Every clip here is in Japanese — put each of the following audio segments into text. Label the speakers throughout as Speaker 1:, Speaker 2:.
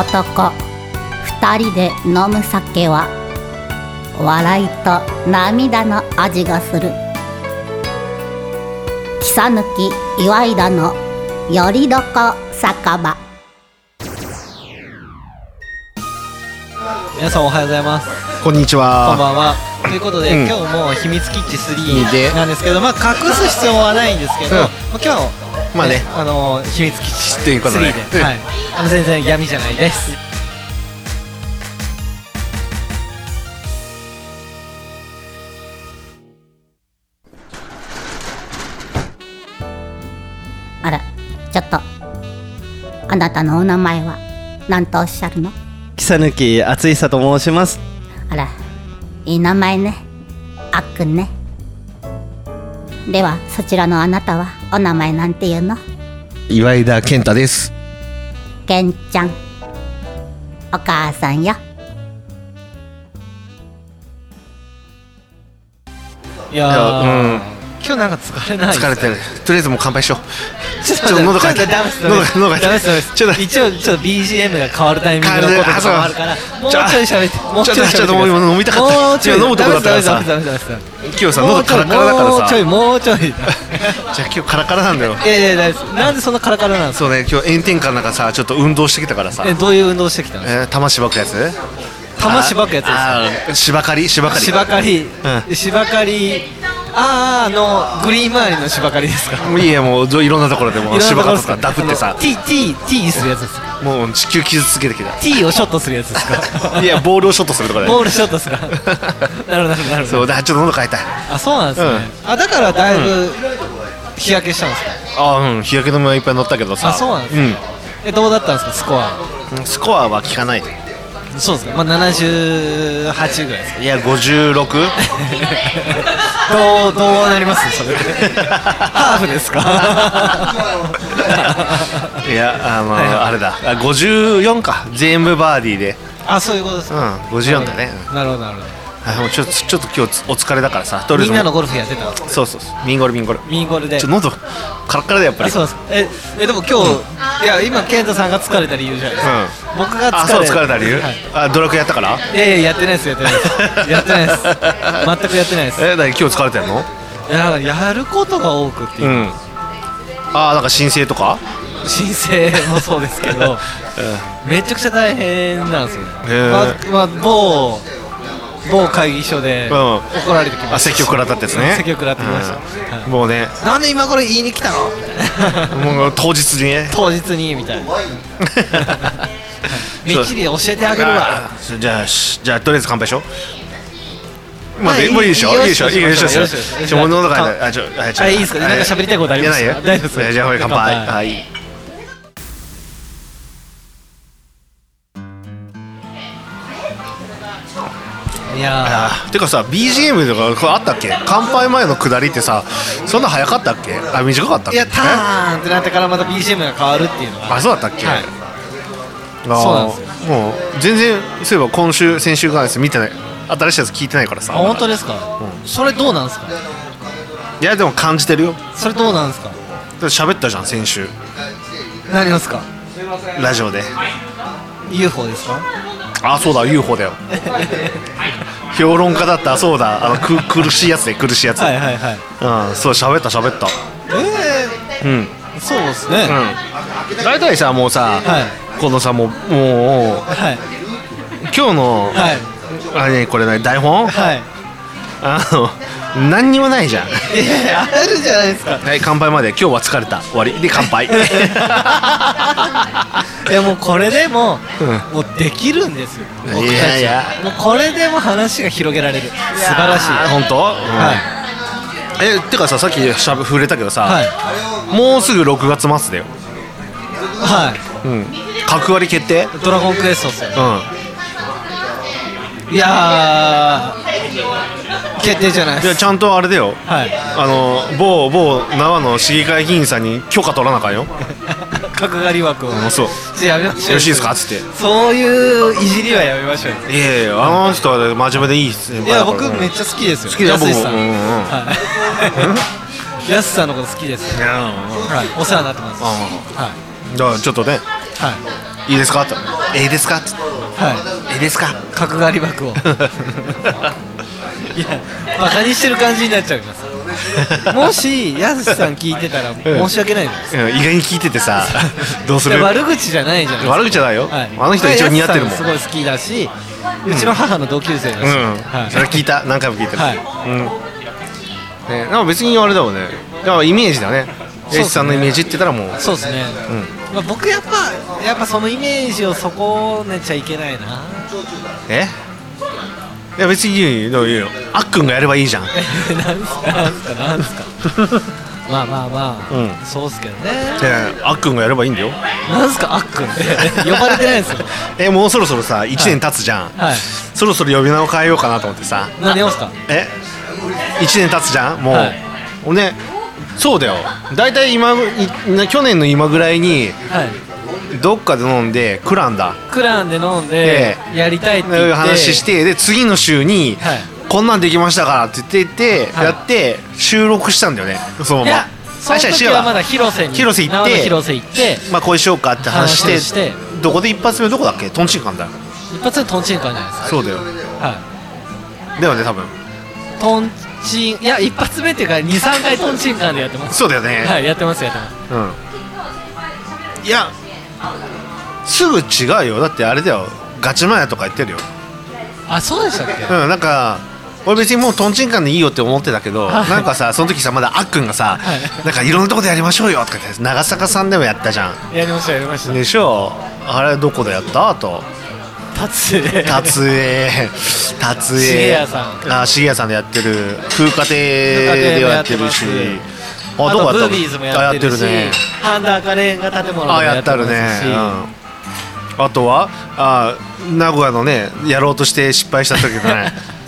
Speaker 1: 男二人で飲む酒は笑いと涙の味がする草抜き岩井田のよりどこ酒場
Speaker 2: 皆さんおはようございます
Speaker 3: こんにち
Speaker 2: こん
Speaker 3: は。
Speaker 2: ばんはということで、
Speaker 3: うん
Speaker 2: 今日も秘密基地
Speaker 3: で
Speaker 2: 3なんですけどまあ隠す必要はないんですけど、
Speaker 3: うん
Speaker 2: まあ今日
Speaker 3: まあね
Speaker 2: あの秘密基地
Speaker 3: ということで
Speaker 2: 3で、
Speaker 3: うん
Speaker 2: はい、あの全然闇じゃないです
Speaker 1: あらちょっとあなたのお名前は何とおっしゃるの
Speaker 2: 草抜き厚久と申します
Speaker 1: あらいい名前ねあっくんねではそちらのあなたはお名前なんていうの
Speaker 3: 岩井田健太です。
Speaker 1: けんちゃんお母さんよ
Speaker 2: いやー
Speaker 3: いやうん
Speaker 2: 今日なんか疲れないです
Speaker 3: 疲れてる。とりあえずもう乾杯しよう。ちょっと喉
Speaker 2: ちょ
Speaker 3: が
Speaker 2: っと
Speaker 3: 痛い。
Speaker 2: ダメです
Speaker 3: 喉が喉が
Speaker 2: ダ
Speaker 3: 痛
Speaker 2: メ
Speaker 3: い。
Speaker 2: です
Speaker 3: ちょっと
Speaker 2: 一応ちょっと BGM が変わるタイミングのこととかもあるから
Speaker 3: 変
Speaker 2: もうちょい
Speaker 3: わるあそう
Speaker 2: 喋ってもうちょい
Speaker 3: ちょ
Speaker 2: 喋って
Speaker 3: ちょっともう今飲みたかった
Speaker 2: もうちょい
Speaker 3: 今飲むとこだったからさ
Speaker 2: ダメですダメですダメですダメです
Speaker 3: 今日さ喉カラカラだからさ。じゃ
Speaker 2: もうちょいもうちょ いもうちょい
Speaker 3: あ今日カラカラなんだよ。
Speaker 2: いやいやいや大丈夫ですなんでそんなカラカラなんですか
Speaker 3: そうね今日炎天下の中さちょっと運動してきたからさ。
Speaker 2: えどういう運動してきたんです
Speaker 3: えー、玉しばくやつ？
Speaker 2: か玉しばくやつですか
Speaker 3: です。しばかりしばかり。
Speaker 2: しばかり
Speaker 3: う
Speaker 2: しばかりあーあのグリーン周りのしばかりですか
Speaker 3: もういいやもういろんなところでもう
Speaker 2: いろん
Speaker 3: し
Speaker 2: な
Speaker 3: ば
Speaker 2: とこ
Speaker 3: か
Speaker 2: ろ
Speaker 3: とかダフってさ
Speaker 2: あの T, T, T するやつですか
Speaker 3: もう地球傷つけて きた
Speaker 2: T をショットするやつですか
Speaker 3: いやボールをショットするとかだ
Speaker 2: ボ
Speaker 3: よ
Speaker 2: ールショットですかなるほどなるほどなるほ
Speaker 3: そ
Speaker 2: ど
Speaker 3: うだからちょっと喉が痛い
Speaker 2: あそうなんですね、あだからだいぶ日焼けしたんですか
Speaker 3: あーうん日焼け止めはいっぱい乗ったけどさ
Speaker 2: あそうなんですねえどうだったんですかスコア
Speaker 3: うんスコアは効かない
Speaker 2: そうですかまあ78ぐらいですか
Speaker 3: いや 56?
Speaker 2: どうどうなりますそれハーフですか
Speaker 3: いやあの、
Speaker 2: いはい
Speaker 3: あれだあ54か全部バーディーで
Speaker 2: あそういうことです
Speaker 3: うん
Speaker 2: か、
Speaker 3: 54だね、
Speaker 2: なるほどなるほ
Speaker 3: あもうちょっとちょっと今日お疲れだからさと
Speaker 2: ど
Speaker 3: り
Speaker 2: み
Speaker 3: あえ
Speaker 2: ん
Speaker 3: ず
Speaker 2: なのゴルフやってたんですか
Speaker 3: そうそうそうミンゴルミンゴル
Speaker 2: ミンゴルで
Speaker 3: ちょ喉カラッカラだやっぱ
Speaker 2: あ
Speaker 3: り
Speaker 2: そうですええ でも今日、いや今健太さんが疲れた理由じゃないですか、僕が
Speaker 3: あ
Speaker 2: 疲
Speaker 3: そう
Speaker 2: れ
Speaker 3: 疲れた理由、
Speaker 2: はい
Speaker 3: あドラクエやったから
Speaker 2: いやいややってないですやってない ですやってないです全くやってないです
Speaker 3: え何今日疲れてんの
Speaker 2: いややることが多くっていうう、
Speaker 3: んあなんか申請とか
Speaker 2: 申請もそうですけどめちゃくちゃ大変なんですよ、
Speaker 3: へー
Speaker 2: まあ、まあ、某某会議所で
Speaker 3: うん
Speaker 2: 怒られてきま
Speaker 3: あ
Speaker 2: した
Speaker 3: 席を食らったってやつね
Speaker 2: 席を食らってきました、
Speaker 3: うん
Speaker 2: はい
Speaker 3: もうね
Speaker 2: なんで今頃言いに来たのみた いな
Speaker 3: もう当日に ね
Speaker 2: 当日にみたいなみっちり教えてあげるわ
Speaker 3: あーじゃあしじゃあとりあえず乾杯しようまあ、
Speaker 2: はい
Speaker 3: でもういいでしょ
Speaker 2: いい
Speaker 3: い
Speaker 2: よ
Speaker 3: いでしょいいでしょいい
Speaker 2: よしよ
Speaker 3: で
Speaker 2: し
Speaker 3: し
Speaker 2: よ
Speaker 3: ょ
Speaker 2: し
Speaker 3: ちょ物の中
Speaker 2: か
Speaker 3: であちょあちょ
Speaker 2: あいいですか
Speaker 3: あ
Speaker 2: なんか喋りたいことあります
Speaker 3: いやないよ
Speaker 2: 大丈夫です
Speaker 3: いやじゃあほい乾杯
Speaker 2: 乾杯
Speaker 3: はい
Speaker 2: いや
Speaker 3: あーてかさ BGM とかこれあったっけ乾杯前の下りってさそんな早かったっけあ短かったっ
Speaker 2: ー
Speaker 3: け
Speaker 2: いやターンってなってからまた BGM が変わるっていうの
Speaker 3: えあ
Speaker 2: が
Speaker 3: そうだったっけ、
Speaker 2: はい
Speaker 3: あー
Speaker 2: そうなんです
Speaker 3: もう全然そういえば今週先週がです見てない新しいやつ聞いてないから
Speaker 2: あ
Speaker 3: さ
Speaker 2: 本当ですか、それどうなんですか
Speaker 3: いやでも感じてるよだ
Speaker 2: それどうなんですか
Speaker 3: って喋ったじゃん先週
Speaker 2: 何ですか
Speaker 3: ラジオで
Speaker 2: UFO ですか
Speaker 3: あそうだ UFO だよ評論家だったそうだあのく苦しいやつで苦しいやつ、
Speaker 2: いはいはい
Speaker 3: うんそう喋った喋った
Speaker 2: え
Speaker 3: うんうん
Speaker 2: えそうですね、
Speaker 3: 大体さもうさ、
Speaker 2: はい
Speaker 3: このさもうもう
Speaker 2: はい
Speaker 3: 今日の、
Speaker 2: はい
Speaker 3: あれこれ何台本
Speaker 2: はい
Speaker 3: あの何にもないじゃん
Speaker 2: いやいやあるじゃないですか
Speaker 3: はい乾杯まで今日は疲れた終わりで乾杯
Speaker 2: いやもうこれでも、
Speaker 3: う
Speaker 2: もうできるんですよ僕たちはい
Speaker 3: やいや
Speaker 2: もうこれでも話が広げられる素晴らしい
Speaker 3: あー本当、
Speaker 2: はい
Speaker 3: うんえてかささっきしゃぶ触れたけどさ、
Speaker 2: はい
Speaker 3: もうすぐ6月末だよ
Speaker 2: はい
Speaker 3: うん角割り決定
Speaker 2: ドラゴンクエストっすよ
Speaker 3: うん
Speaker 2: いやー決定じゃない
Speaker 3: じゃ
Speaker 2: で
Speaker 3: あ
Speaker 2: す
Speaker 3: ちゃんとあれだよ
Speaker 2: はい
Speaker 3: あの某某長野市議会議員さんに許可取らなあかんよ
Speaker 2: 角刈り枠を
Speaker 3: んそう
Speaker 2: じゃあやめましょう
Speaker 3: よろしいですかっつって
Speaker 2: そういういじりはやめましょうよ
Speaker 3: いやいやあの人は真面目でいいっすね
Speaker 2: いや僕めっちゃ好きですよ
Speaker 3: 好きだよ
Speaker 2: 安井さん
Speaker 3: 僕もうんうんうん
Speaker 2: はい安さんのこと好きです
Speaker 3: ゃ
Speaker 2: はいお世話になってます
Speaker 3: あ
Speaker 2: はい
Speaker 3: だからちょっとね
Speaker 2: はい
Speaker 3: いいですか?」って「ええですか?」って
Speaker 2: は
Speaker 3: 「ええですか?
Speaker 2: い角刈り幕 をいやバカにしてる感じになっちゃいますもしやすし さん聞いてたら申し訳ないです
Speaker 3: うん」意外に聞いて てさどうす
Speaker 2: いや
Speaker 3: る
Speaker 2: 悪口じゃないじゃないですか
Speaker 3: 悪口じゃないよ
Speaker 2: はい、
Speaker 3: あの人一応似合ってるも
Speaker 2: や
Speaker 3: ん
Speaker 2: すさすごい好きだしうちの母の同級生だし、
Speaker 3: うん、
Speaker 2: はい
Speaker 3: それ聞いた何回も聞いてる、
Speaker 2: はい
Speaker 3: うんね、なんか別にあれだもんねだからイメージだね
Speaker 2: そうっすね
Speaker 3: エイジさんのイメージって言ったらもう
Speaker 2: そうですね、まあ、僕やっぱやっぱそのイメージを損ねちゃいけないな
Speaker 3: えいや別にいいよいいよあっくんがやればいいじゃん
Speaker 2: えなんすかなんすかなんすかまあまあまあ、
Speaker 3: う
Speaker 2: そうっすけどね
Speaker 3: えあっくんがやればいいんだよ
Speaker 2: なんすかあっくんって 呼ばれてないんですよ
Speaker 3: えもうそろそろさ1年経つじゃん、
Speaker 2: はい
Speaker 3: そろそろ呼び名を変えようかなと思ってさ
Speaker 2: 何をすか
Speaker 3: え1年経つじゃんもう、
Speaker 2: はい
Speaker 3: 俺ねそうだよ大体今い去年の今ぐらいに
Speaker 2: はい
Speaker 3: どっかで飲んでクランだ
Speaker 2: クランで飲んで、やりたいって言って
Speaker 3: 話してで次の週に、
Speaker 2: はい
Speaker 3: こんなんできましたからって言ってて、
Speaker 2: はい
Speaker 3: やって収録したんだよねそのま
Speaker 2: い
Speaker 3: ま
Speaker 2: やその
Speaker 3: あ違う
Speaker 2: 時
Speaker 3: 違うわ
Speaker 2: はまだ広瀬に
Speaker 3: 広瀬行って
Speaker 2: 生の広瀬行って
Speaker 3: まあこうしようかって話して
Speaker 2: 話して
Speaker 3: どこで一発目どこだっけトンチンカンだ
Speaker 2: 一発でトンチンカンじゃないです
Speaker 3: そうだよ
Speaker 2: か、は
Speaker 3: だよね多分
Speaker 2: い、トンチンいや一発目っていうか23回トンチンカンでやってます
Speaker 3: そうだよね、
Speaker 2: はいやってますやってます
Speaker 3: うんいやすぐ違うよだってあれだよガチマヤとか言ってるよ
Speaker 2: あそうでしたっけ
Speaker 3: うんなんか俺別にもうトンチンカンでいいよって思ってたけど、
Speaker 2: はい
Speaker 3: なんかさその時さまだあっくんがさ、
Speaker 2: はい
Speaker 3: なんかいろんなとこでやりましょうよとか言って長坂さんでもやったじゃん
Speaker 2: やりましたやりました
Speaker 3: でしょあれどこでやったと
Speaker 2: 達で
Speaker 3: 達江達江
Speaker 2: 茂谷さん
Speaker 3: あ茂谷さんでやってる風花亭でやってるし
Speaker 2: 風花亭でやって
Speaker 3: あ
Speaker 2: あ
Speaker 3: ど
Speaker 2: と
Speaker 3: こや
Speaker 2: ブ
Speaker 3: った
Speaker 2: ービーズもやってるし
Speaker 3: あやってるね
Speaker 2: ハンダーカレンが建物も
Speaker 3: あやったるね
Speaker 2: やってますし
Speaker 3: うんあとはあ名古屋のねやろうとして失敗した時の ね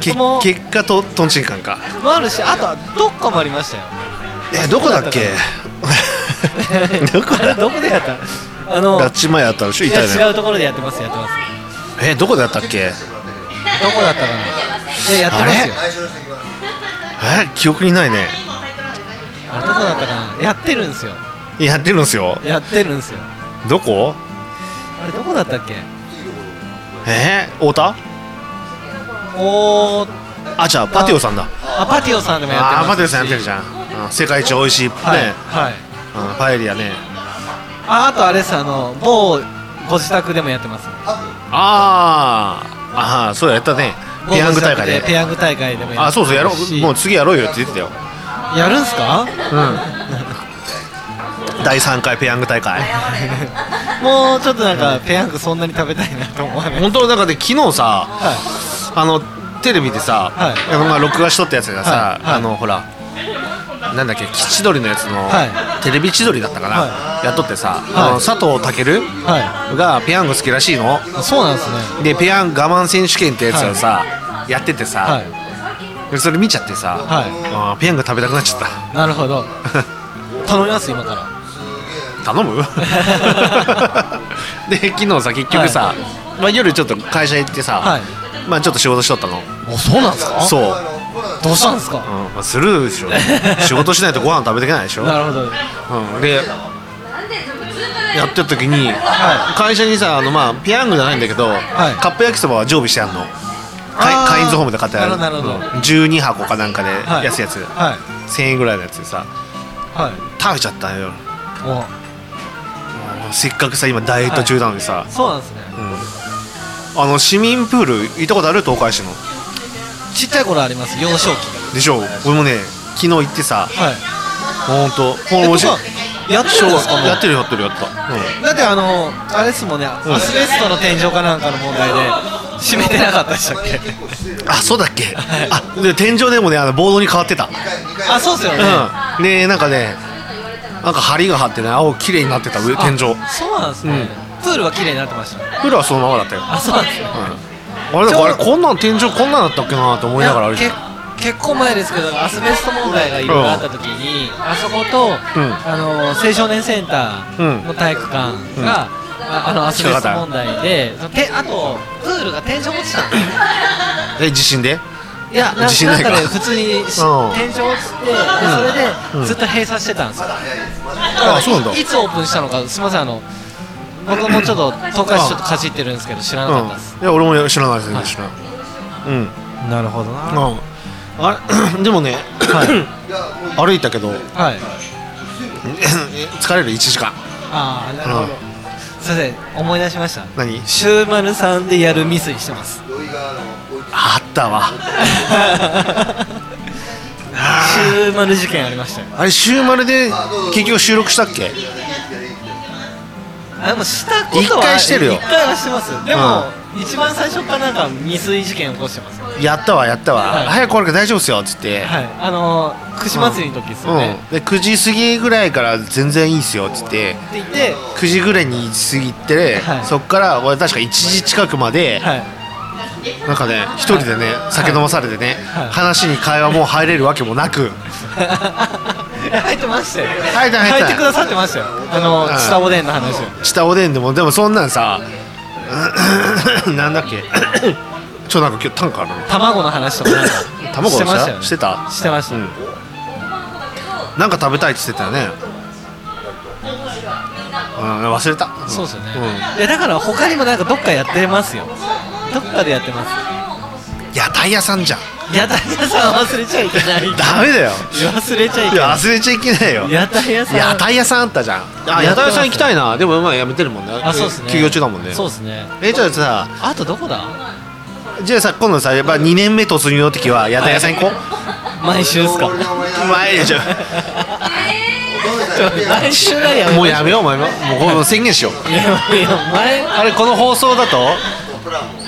Speaker 3: け
Speaker 2: もう
Speaker 3: 結果ととんちんかんか
Speaker 2: もあるしあとはどっかもありましたよ
Speaker 3: えどこだっけ どこ
Speaker 2: あれ
Speaker 3: だ
Speaker 2: どこでやったあの
Speaker 3: ガッチ前やったでしょ
Speaker 2: い
Speaker 3: イタ
Speaker 2: や
Speaker 3: リア
Speaker 2: 違うところでやってますやってます
Speaker 3: えどこでやったっけ
Speaker 2: どこだったかなえやってますよ
Speaker 3: え記憶にないね
Speaker 2: あれどこだったかなやってるんですよ
Speaker 3: やってるんですよ
Speaker 2: やってるんですよ
Speaker 3: どこ
Speaker 2: あれどこだったっけ
Speaker 3: えー、太田
Speaker 2: おー
Speaker 3: あじゃあパテオさんだ
Speaker 2: あパティオさんでもやってま
Speaker 3: あ
Speaker 2: す
Speaker 3: ーパテオさんやってるじゃん、うん世界一美味しいね、
Speaker 2: はい、はい
Speaker 3: うんパエリアね
Speaker 2: ああとあれですあの某ご自宅でもやってます
Speaker 3: あーあーそうだやったねペヤング大会で
Speaker 2: ペヤング大会でもや
Speaker 3: あそうそうやろうもう
Speaker 2: う
Speaker 3: 次やろうよって言ってたよ
Speaker 2: やるんすか
Speaker 3: 第3回ペヤング大会
Speaker 2: もうちょっとなんかペヤングそんなに食べたいなと思わない
Speaker 3: 本当なんかで昨日さ
Speaker 2: は
Speaker 3: あのテレビでさ、
Speaker 2: はい
Speaker 3: あのまあ録画しとったやつがさ、
Speaker 2: はいはい
Speaker 3: あのほらなんだっけ千鳥のやつの、
Speaker 2: は
Speaker 3: テレビ千鳥だったかな、
Speaker 2: は
Speaker 3: やっとってさ、あの佐藤健
Speaker 2: いは
Speaker 3: がペヤング好きらしいの
Speaker 2: いそうなんですね
Speaker 3: でペヤング我慢選手権ってやつをさ、やっててさ、
Speaker 2: は
Speaker 3: でそれ見ちゃってさ、
Speaker 2: は
Speaker 3: あーペヤング食べたくなっちゃった
Speaker 2: いなるほ ど頼みます今から
Speaker 3: 頼 むで昨日さ結局さ、
Speaker 2: は
Speaker 3: まあ、夜ちょっと会社行ってさ、
Speaker 2: はい
Speaker 3: まあ、ちょっと仕事しとったの
Speaker 2: あそうなんですか
Speaker 3: そう、うん
Speaker 2: どうしたんですか
Speaker 3: まあ、するでしょ 仕事しないとご飯食べていけないでしょ、
Speaker 2: なるほど
Speaker 3: うん、でやってた時に、
Speaker 2: は
Speaker 3: 会社にさあの、まあ、ペヤングじゃないんだけど、
Speaker 2: い
Speaker 3: カップ焼きそばは常備してあんの
Speaker 2: あ
Speaker 3: カイ
Speaker 2: ー
Speaker 3: カインズホームで買ってある
Speaker 2: なるほどなるほ
Speaker 3: うん12箱かなんかで
Speaker 2: はい
Speaker 3: 安いやつ、
Speaker 2: はい
Speaker 3: 1000円ぐらいのやつでさ
Speaker 2: はい
Speaker 3: 食べちゃったよ
Speaker 2: お
Speaker 3: せっかくさ今ダイエット中なのにさ、
Speaker 2: そうなんですね
Speaker 3: あの市民プール行ったことある東海市の
Speaker 2: ちっちゃい頃あります幼少期
Speaker 3: でしょ俺もね昨日行ってさ
Speaker 2: はい
Speaker 3: ほんとほん
Speaker 2: え
Speaker 3: 面白
Speaker 2: と
Speaker 3: い
Speaker 2: かやってるんですかもう
Speaker 3: やってるやってるやった、うん
Speaker 2: だってあのあれですもんね、アスベストの天井かなんかの問題で閉めてなかったでしたっ け
Speaker 3: あそうだっけ、あで天井でもねあのボードに変わってた、
Speaker 2: あそうですよね、
Speaker 3: うんでなんかねなんか針が張ってね青綺麗になってた上天井
Speaker 2: そうなんですね、プールは綺麗になってました
Speaker 3: プールはそのままだったよ
Speaker 2: あそうなんですね、
Speaker 3: あれだ
Speaker 2: ちょ
Speaker 3: か
Speaker 2: う
Speaker 3: らあれこんなん天井こんなんだったっけなと思いながら歩いてた
Speaker 2: け結構前ですけどアスベスト問題がいろいろあった時に、あそこと、
Speaker 3: ん
Speaker 2: あの青少年センターの体育館が、
Speaker 3: うん
Speaker 2: ああのアスベスト問題で、てあとプールが天井落ちたんですよ
Speaker 3: え地震で
Speaker 2: いや、なん
Speaker 3: 自信ないか
Speaker 2: んかで普通にし
Speaker 3: うん
Speaker 2: 天井落ちて、でそれでずっと閉鎖してたんですよ。
Speaker 3: あそうなんだ
Speaker 2: いつオープンしたのか、すみませんあの僕もちょっと東海市ちょっとかじってるんですけど知らなかったです、
Speaker 3: いや俺も知らない全然知らない、うん
Speaker 4: なるほどな
Speaker 3: うんあれでもね、歩いたけど
Speaker 2: はい
Speaker 3: 疲れる1時間
Speaker 2: ああなるほど、
Speaker 3: うん
Speaker 2: すいません思い出しました
Speaker 3: 何
Speaker 2: シューマルさんでやるミスしてます
Speaker 3: あったわ
Speaker 2: シューマル事件ありましたよ
Speaker 3: あれ週丸で結局収録したっけ
Speaker 2: あでもしたことは
Speaker 3: 一回してるよ
Speaker 2: 一回はしてますでも、一番最初からなんか未遂事件起こしてますよ
Speaker 3: やったわやったわ、
Speaker 2: はい
Speaker 3: 早く来なきゃ大丈夫っすよっつって、
Speaker 2: はいあのー串祭りの時ですよね、
Speaker 3: うん、で9時過ぎぐらいから全然いいっすよっつって
Speaker 2: って言って
Speaker 3: 9時ぐらいに過ぎて、
Speaker 2: はい
Speaker 3: そっから俺確か1時近くまで、
Speaker 2: はい
Speaker 3: なんかね一人でね酒飲まされてね、
Speaker 2: はい
Speaker 3: 話に会話もう入れるわけもなく
Speaker 2: 入ってましたよ
Speaker 3: 入った入った
Speaker 2: ってくださってましたよあの
Speaker 3: うん
Speaker 2: 下おでんの話を
Speaker 3: したおでんでもでもそんなんさなんだっけちょなんか今日短歌あるの
Speaker 2: 卵の話とかなんか
Speaker 3: 卵
Speaker 2: して
Speaker 3: の
Speaker 2: ましたよ
Speaker 3: 話
Speaker 2: ね
Speaker 3: してた
Speaker 2: してました、
Speaker 3: うんなんか食べたいって言ってたよねうん忘れた
Speaker 2: そうですよね、
Speaker 3: うん
Speaker 2: いやだから他にもなんかどっかやってますよどっかでやってます
Speaker 3: 屋台屋さんじゃん
Speaker 2: 屋台屋さん忘れちゃいけない
Speaker 3: ダメだよ
Speaker 2: 忘れちゃい
Speaker 3: い
Speaker 2: け
Speaker 3: や
Speaker 2: な
Speaker 3: 忘れちゃいけないよ
Speaker 2: い屋台屋さん
Speaker 3: 屋台屋さんあったじゃん
Speaker 2: や
Speaker 3: あ
Speaker 2: ってますよ
Speaker 3: 屋台屋さん行きたいなでもまあやめてるもんね
Speaker 2: あそうですね
Speaker 3: 休業中だもんね
Speaker 2: そうですね
Speaker 3: えじゃあさ
Speaker 2: あとどこだ
Speaker 3: じゃあさ今度さやっぱ2年目突入の時は屋台屋さん行こう
Speaker 2: 毎週ですか
Speaker 3: 前でしょ
Speaker 2: 毎週だよ
Speaker 3: もうやめようお前ももうこう宣言しよう
Speaker 2: いやいや前
Speaker 3: あれこの放送だと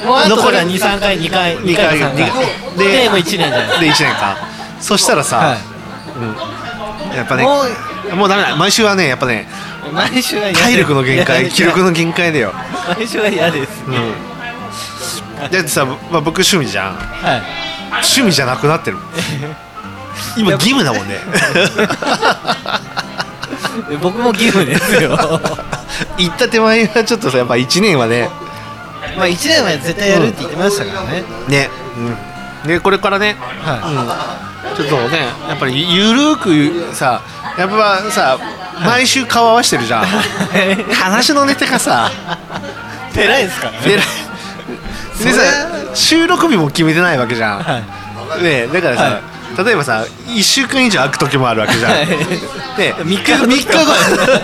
Speaker 2: もうあと
Speaker 3: 残り
Speaker 2: 23回2回2
Speaker 3: 2回二回
Speaker 2: 回でもう1年じゃない
Speaker 3: で1年かそしたらさ、
Speaker 2: は
Speaker 3: うん、やっぱね
Speaker 2: も
Speaker 3: もうダメだ毎週はねやっぱね
Speaker 2: い毎週は嫌です
Speaker 3: 体力の限
Speaker 2: い
Speaker 3: 界
Speaker 2: や
Speaker 3: 気力の限界だよ、
Speaker 2: 毎週は嫌です
Speaker 3: うん、だってさ、まあ、僕趣味じゃん
Speaker 2: はい
Speaker 3: 趣味じゃなくなってるもん今義務 だもんね
Speaker 2: 僕も義務ですよ
Speaker 3: 行った手前はちょっとさやっぱ1年はね
Speaker 2: まあ1年は絶対やるって言ってましたからね、
Speaker 3: ね、うん、でこれからね
Speaker 2: はい
Speaker 3: ちょっとねやっぱりゆるーくさやっぱさ毎週顔合わしてるじゃん 話のネタがさ
Speaker 2: 偉いですからね
Speaker 3: でで
Speaker 2: れ
Speaker 3: さ収録日も決めてないわけじゃん、
Speaker 2: はい
Speaker 3: ねえだからさ、例えばさ1週間以上空く時もあるわけじゃん、
Speaker 2: はい
Speaker 3: で
Speaker 2: 三日後
Speaker 3: 3日後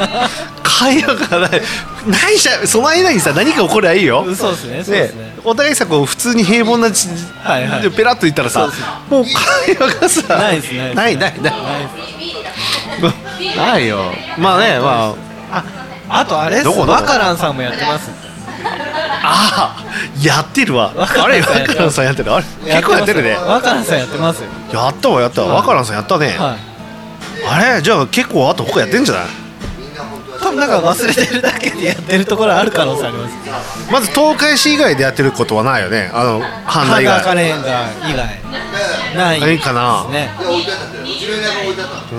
Speaker 3: 会話がない何しゃその間にさ何か起こりゃいいよ
Speaker 2: そうですねそうで
Speaker 3: です
Speaker 2: ね
Speaker 3: お互いさこう普通に平凡なじ、
Speaker 2: はいはい
Speaker 3: でペラッと言ったらさ
Speaker 2: そう
Speaker 3: もう会話がさ
Speaker 2: ないですね
Speaker 3: ないないない
Speaker 2: ないっす
Speaker 3: ないよまあねまあ
Speaker 2: あとあれっす
Speaker 3: どこどこ
Speaker 2: ワカランさんもやってます
Speaker 3: ああやってるわ
Speaker 2: 若
Speaker 3: あれ
Speaker 2: 菜さんやってます
Speaker 3: 若菜さんやってるあれ結構やってるね
Speaker 2: ワカランさんやってますよ
Speaker 3: やったわやったわ若菜さんやったね、
Speaker 2: はい
Speaker 3: あれじゃあ結構あと他やってんじゃない
Speaker 2: 多分なんか忘れてるだけでやってるところある可能性あります
Speaker 3: まず東海市以外でやってることはないよねあの半田
Speaker 2: ハ
Speaker 3: 以
Speaker 2: ンガーカ
Speaker 3: 外
Speaker 2: レンダー以外ない
Speaker 3: ないかな
Speaker 2: ですね
Speaker 3: う
Speaker 2: ま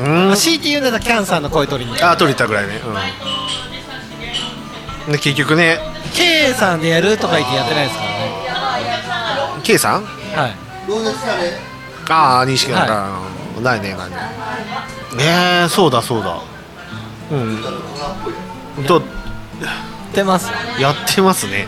Speaker 3: ー
Speaker 2: あ
Speaker 3: ん
Speaker 2: 強いて言うならキャンさんの声取りに
Speaker 3: あ取りたぐらいねうんで結局ね
Speaker 2: K さんでやるとか言ってやってないですからね
Speaker 3: K さん
Speaker 2: はい
Speaker 3: ああ錦野か、ないねないねえー、そうだそうだうんと
Speaker 2: やってます
Speaker 3: やってますね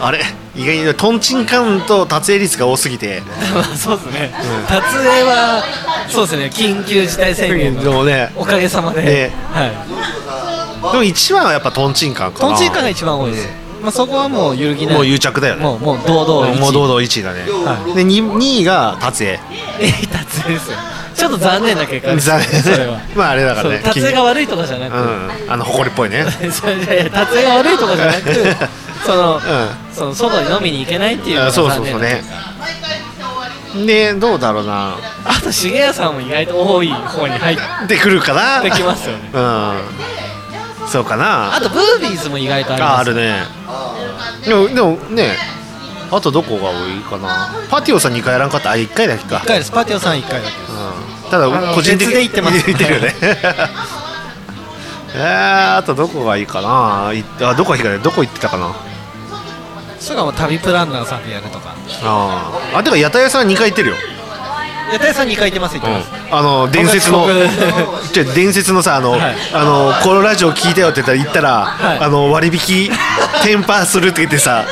Speaker 3: あれ意外にねとんちんカンと達成率が多すぎて
Speaker 2: まあそうですね、撮影はそうですね緊急事態宣
Speaker 3: で
Speaker 2: 言の
Speaker 3: もね
Speaker 2: おかげさまで、
Speaker 3: ね
Speaker 2: はい、
Speaker 3: でも一番はやっぱとんちんカンかな
Speaker 2: とんちんかんが一番多いです、まあ、そこはもう揺るぎない
Speaker 3: もう癒着だよね
Speaker 2: もうもう堂々一位
Speaker 3: もう堂々1位だね、
Speaker 2: は
Speaker 3: で 2, 位が達也
Speaker 2: えい達成ですよちょっと残念な結果です
Speaker 3: 残念
Speaker 2: それは
Speaker 3: まああれだから
Speaker 2: そう
Speaker 3: ね
Speaker 2: 達成が悪いとかじゃな
Speaker 3: う
Speaker 2: くて、
Speaker 3: んあの誇りっぽいね
Speaker 2: それじゃいや達成が悪いとか じゃなくその、
Speaker 3: ん
Speaker 2: その外に飲みに行けないっていうの
Speaker 3: あ
Speaker 2: が
Speaker 3: そう
Speaker 2: 残
Speaker 3: そう
Speaker 2: 念
Speaker 3: そう
Speaker 2: な
Speaker 3: ねでどうだろうな
Speaker 2: あと重谷さんも意外と多い方に入っ
Speaker 3: でくるかな
Speaker 2: てきますよね
Speaker 3: うんそうかな
Speaker 2: あとブービーズも意外とあります
Speaker 3: ああるねでもでもねあとどこが多いかなパティオさん2回やらんかったあ1回だけか
Speaker 2: 1、回ですパティオさん1回だけです
Speaker 3: うん、ただ
Speaker 2: の
Speaker 3: 個人的
Speaker 2: 別で行ってます
Speaker 3: 行ってるよね えー、あとどこがいいかないあどこがいいかねどこ行ってたかな
Speaker 2: それがもう旅プランナーさんでやるとか
Speaker 3: あーあてか屋台屋さん2回行ってるよ
Speaker 2: やたやさん2回言ってます言ってます、
Speaker 3: あの伝説の
Speaker 2: 僕
Speaker 3: じゃ伝説のさあの、
Speaker 2: はい
Speaker 3: あのこのラジオ聞いたよって言ったら言ったら、
Speaker 2: い
Speaker 3: あの割引テンパするって言ってさ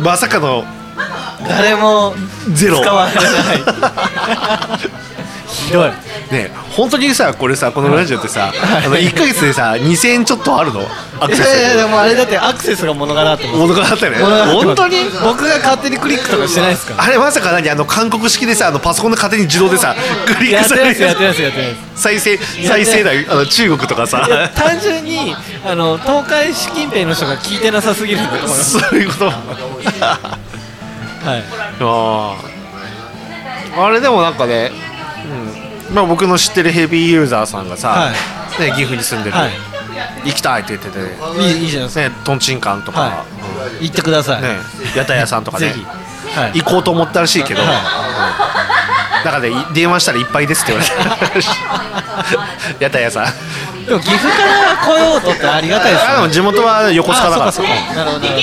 Speaker 3: まさかの
Speaker 2: 誰も
Speaker 3: ゼロ
Speaker 2: 使われないひどい
Speaker 3: ね本当にさこれさこのラジオってさ、あの1か月でさ2000円ちょっとあるのアク
Speaker 2: い
Speaker 3: セ
Speaker 2: やいやで
Speaker 3: ス
Speaker 2: もあれだってアクセスが物柄だと思う
Speaker 3: 物があったよね本当に
Speaker 2: 僕が勝手にクリックとかしてないですか
Speaker 3: あれまさか何あの韓国式でさあのパソコンの勝手に自動でさクリッ
Speaker 2: や
Speaker 3: ク
Speaker 2: って
Speaker 3: さ
Speaker 2: ない
Speaker 3: れ
Speaker 2: ですやって
Speaker 3: る
Speaker 2: ないですやってないです
Speaker 3: 再生再生だよあの中国とか
Speaker 2: いや
Speaker 3: さ
Speaker 2: 単純にあの東海市近辺の人が聞いてなさすぎるんだと思います、
Speaker 3: そういう こと
Speaker 2: はい、
Speaker 3: あああれでもなんかね、うんまあ、僕の知ってるヘビーユーザーさんがさ、
Speaker 2: は
Speaker 3: ね、岐阜に住んでる、
Speaker 2: はい
Speaker 3: 行きたいって言ってて、
Speaker 2: いいいいじゃないですか
Speaker 3: ね、とんちんかんとか、
Speaker 2: は行ってください、
Speaker 3: ね、屋台屋さんとかね
Speaker 2: ぜひ、はい、
Speaker 3: 行こうと思ったらしいけど、
Speaker 2: はい
Speaker 3: うんなんかねい電話したらいっぱいですって言われて屋台屋さん
Speaker 2: でも岐阜から来ようとってありがたいです
Speaker 3: あで
Speaker 2: よ
Speaker 3: も
Speaker 2: ね
Speaker 3: 地元は横須賀だから
Speaker 2: あそうかそうかなるほどなるほ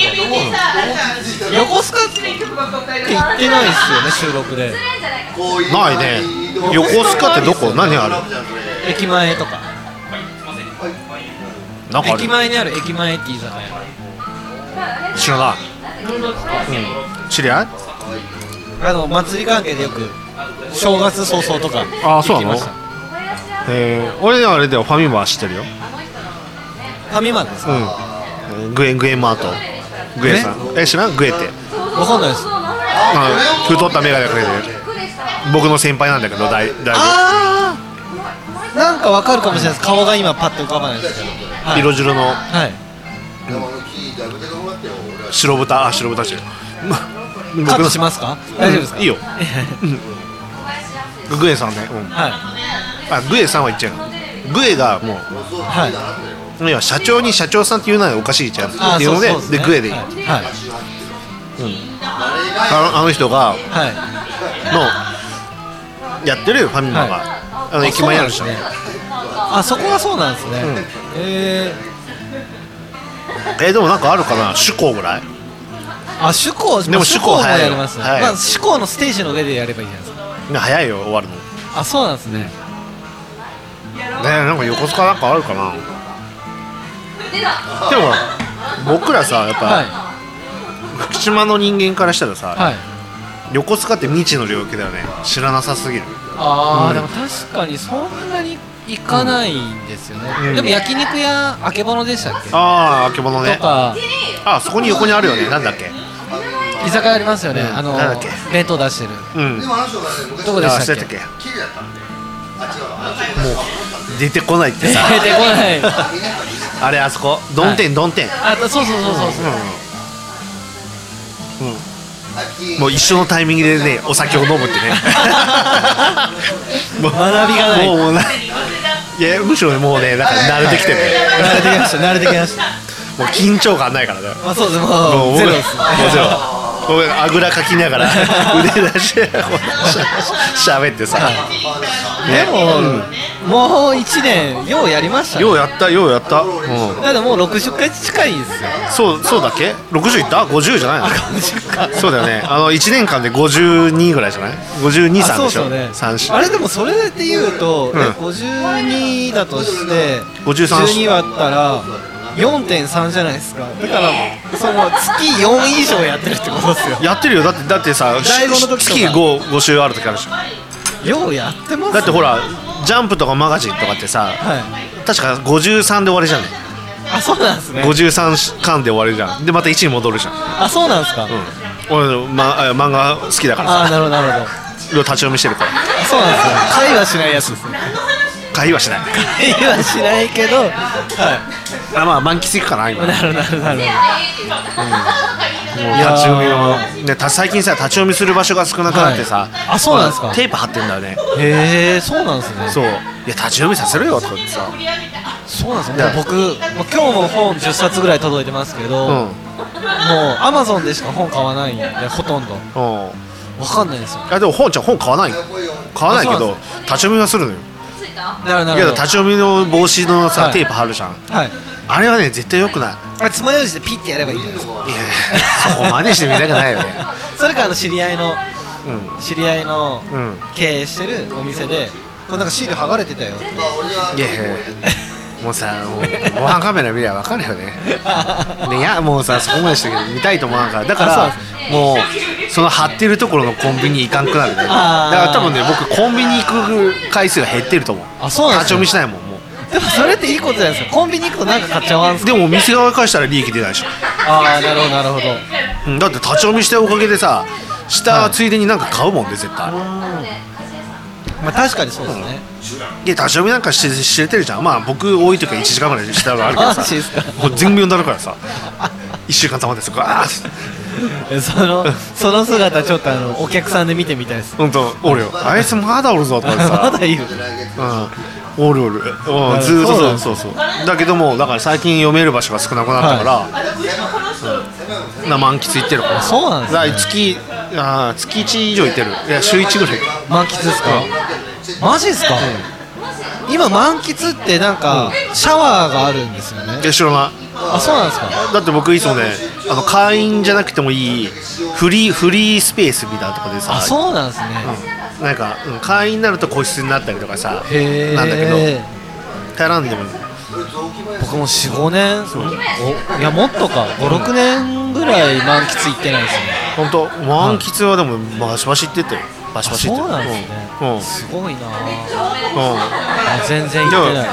Speaker 2: ど横須賀って行ってないですよね収録で
Speaker 3: ないね横須賀ってどこ何ある
Speaker 2: 駅前とか
Speaker 3: なんかあ
Speaker 2: 駅
Speaker 3: る
Speaker 2: 前にある駅前って居酒屋
Speaker 3: 知らない、うん、知り合い
Speaker 2: あの祭り関係でよく正月早々とか
Speaker 3: あー
Speaker 2: 行きまし
Speaker 3: そ
Speaker 2: た
Speaker 3: うえー、俺はあれだよファミマは知ってるよ、
Speaker 2: ファミマですか
Speaker 3: うん、グエグエマートグエさんえ知らんグエって
Speaker 2: わかんないです
Speaker 3: あの太った眼鏡かけてる僕の先輩なんだけどだいだい
Speaker 2: ああなんかわかるかもしれないです顔が今パッと浮かばないですけど、は
Speaker 3: ぶ
Speaker 2: い、
Speaker 3: 色白の
Speaker 2: はい
Speaker 3: 白豚あ白豚じゃんま僕
Speaker 2: カッ
Speaker 3: の
Speaker 2: トしますか大丈夫ですか
Speaker 3: いいよグエさんね、うん
Speaker 2: はい
Speaker 3: あグエさんは言っちゃうのグエがも
Speaker 2: はい
Speaker 3: いや社長に社長さんって言うならおかしいじゃんって
Speaker 2: あー
Speaker 3: いうので
Speaker 2: そうそうすね
Speaker 3: でグエでいい、
Speaker 2: はい
Speaker 3: あのあの人が
Speaker 2: はいは
Speaker 3: のやってるよファミマが、
Speaker 2: は
Speaker 3: あの
Speaker 2: い
Speaker 3: 駅前にあるでし
Speaker 2: そ
Speaker 3: ょ
Speaker 2: うなんですねあそこがそうなんですね、
Speaker 3: ん
Speaker 2: え
Speaker 3: えーでもなんかあるかな主攻ぐらい
Speaker 2: ー、あ主港
Speaker 3: でも
Speaker 2: 主港
Speaker 3: 趣向
Speaker 2: も
Speaker 3: 早いよ
Speaker 2: やりますね、
Speaker 3: はい
Speaker 2: まあ主港のステージの上でやればいいじゃないですか
Speaker 3: ね早いよ終わるのね
Speaker 2: あそうなんですね
Speaker 3: なんか横須賀なんかあるかなでも僕らさやっぱ、
Speaker 2: はい
Speaker 3: 福島の人間からしたらさ、
Speaker 2: はい
Speaker 3: 横須賀って未知の領域だよね知らなさすぎる
Speaker 2: あー、
Speaker 3: うん
Speaker 2: でも確かにそんなに行かないんですよね、
Speaker 3: うん
Speaker 2: でも焼肉屋あけぼのでしたっけ、
Speaker 3: あああけぼのね
Speaker 2: とか
Speaker 3: あそこに横にあるよねなんだっけ
Speaker 2: 居酒屋ありますよね、
Speaker 3: うん
Speaker 2: あの
Speaker 3: なんだっけ
Speaker 2: 弁当出してる
Speaker 3: うん
Speaker 2: どこで
Speaker 3: あ
Speaker 2: したっけ
Speaker 3: 忘れもう出てこないって
Speaker 2: 出て
Speaker 3: さ
Speaker 2: こない
Speaker 3: あれあそこどんてんどんてん
Speaker 2: あそうそうそうそうそう、
Speaker 3: もう一緒のタイミングでねお酒を飲 むってねもう
Speaker 2: 学びがない
Speaker 3: もうもうないいやむしろもうねなんか慣れてきてるね
Speaker 2: 慣れてきました慣れてきました
Speaker 3: もう緊張感ないからね
Speaker 2: まあそうですもう
Speaker 3: もう
Speaker 2: ゼロです
Speaker 3: もうゼロごめんあぐらかきな がら腕出してこうしゃべってさ、
Speaker 2: で
Speaker 3: ね
Speaker 2: も、もう1年ようやりました
Speaker 3: うん
Speaker 2: ね
Speaker 3: ようやったようやった、うん、
Speaker 2: だってもう60回近いんですよ
Speaker 3: そうそうだっけ60いった ?50 じゃないの そうだよねあの1年間で52ぐらいじゃない
Speaker 2: あ
Speaker 3: 523
Speaker 2: そう
Speaker 3: でし
Speaker 2: そ
Speaker 3: ょ
Speaker 2: うね
Speaker 3: 三四
Speaker 2: あれでもそれで言うと、
Speaker 3: ん
Speaker 2: え52だとして
Speaker 3: 53
Speaker 2: 12割ったら4.3じゃないですかだからその月4以上やってるってことですよ
Speaker 3: やってるよだってだってさ
Speaker 2: 大悟の時とか
Speaker 3: 月 5, 5週ある時あるでしょ
Speaker 2: ようやってますね
Speaker 3: だってほらジャンプとかマガジンとかってさ、
Speaker 2: はい
Speaker 3: 確か53で終わりじゃん、
Speaker 2: あそうなんですね
Speaker 3: 53巻で終わりじゃんでまた1に戻るじゃん、
Speaker 2: あそうなんですか、
Speaker 3: うん、俺の、ま、あ漫画好きだから
Speaker 2: ああ
Speaker 3: さ
Speaker 2: なるほどなるほど
Speaker 3: いろいろ立ち読みしてるから
Speaker 2: そうなんですよ会話しないやつですね
Speaker 3: 会話しない
Speaker 2: 会話しないけどは
Speaker 3: あまあ満喫いくかな今
Speaker 2: いなるなるなる
Speaker 3: もう立ち読みをね、た最近さ立ち読みする場所が少なくなって
Speaker 2: は
Speaker 3: さ、
Speaker 2: いあそうなんですか
Speaker 3: テープ貼ってんだよね
Speaker 2: へえそうなんですね
Speaker 3: そういや立ち読みさせろよとかってさ、
Speaker 2: そうなんですよ、ね、僕もう今日も本10冊ぐらい届いてますけど、もう
Speaker 3: う
Speaker 2: アマゾンでしか本買わないんでほとんど
Speaker 3: んうん
Speaker 2: わかんないですよ
Speaker 3: いやでも本ちゃん本買わないよ買わないけ
Speaker 2: あそうな
Speaker 3: ど
Speaker 2: ん
Speaker 3: 立ち読みはするのよ
Speaker 2: なるないる
Speaker 3: や
Speaker 2: ほど
Speaker 3: 立ち読みの帽子のさ、
Speaker 2: はい
Speaker 3: テープ貼るじゃん
Speaker 2: はい
Speaker 3: あれはね絶対良くない
Speaker 2: あれ爪楊枝でピッてやればいいじゃないですか
Speaker 3: いやそこ真似してみたくないよね
Speaker 2: それかあの知り合いの
Speaker 3: う
Speaker 2: 知り合いの
Speaker 3: んうん
Speaker 2: 経営してるお店でこれなんかシール剥がれてたよって
Speaker 3: いやいやもうさもう防犯カメラ見りゃ分かるよねでいや もうさそこまでしたけど見たいと思わんからだからもうその貼ってるところのコンビニ行かんくなるねだ
Speaker 2: あー
Speaker 3: から多分ね僕コンビニ行く回数が減ってると思う
Speaker 2: あそうなんで
Speaker 3: 立
Speaker 2: すか
Speaker 3: ち読みしないもんもう
Speaker 2: でもそれっていいことじゃないですかコンビニ行くとなんか買っちゃわんすか
Speaker 3: でもお店側からしたら利益出ないでしょ、
Speaker 2: ああなるほどなるほど
Speaker 3: うん、だって立ち読みしたおかげでさ下ついでになんか買うもんで絶対
Speaker 2: まあ確かにそうですね
Speaker 3: いや立ち読みなんかしてしててるじゃんまあ僕多い時は1時間ぐらいしたのあるけど
Speaker 2: マジですか
Speaker 3: さもう全部読んだるからさ1週間たまってさガーッて
Speaker 2: えそのその姿ちょっとあのお客さんで見てみたいです
Speaker 3: 本当おるよあいつまだおるぞと か
Speaker 2: ま
Speaker 3: さ
Speaker 2: だいる
Speaker 3: うんおるおる、うん、ずーっとそうそうそうだけどもだから最近読める場所が少なくなったから、うんな満喫行ってるから
Speaker 2: そうなんです
Speaker 3: だから月あー月1以上行ってるいや週1ぐらい
Speaker 2: 満喫ですかマジですか今満喫ってなんかシャワーがあるんですよね
Speaker 3: いや知らない
Speaker 2: あそうなんですか
Speaker 3: だって僕いつもねあの会員じゃなくてもいいフリーフリースペースみたいなとこでさ
Speaker 2: あそうなんですね
Speaker 3: うんなんか、うん会員になると個室になったりとかさ
Speaker 2: へえ
Speaker 3: なんだけど頼らんでもいい
Speaker 2: 僕も45年おいやもっとか56年ぐらい満喫行ってないですね
Speaker 3: 本当満喫はでもバシバシ行ってたよバシ
Speaker 2: あ
Speaker 3: バシ行って
Speaker 2: そう
Speaker 3: た
Speaker 2: なん
Speaker 3: よ
Speaker 2: ですね
Speaker 3: うんうん
Speaker 2: すごいな
Speaker 3: う
Speaker 2: あ
Speaker 3: ん
Speaker 2: 全然行ってないで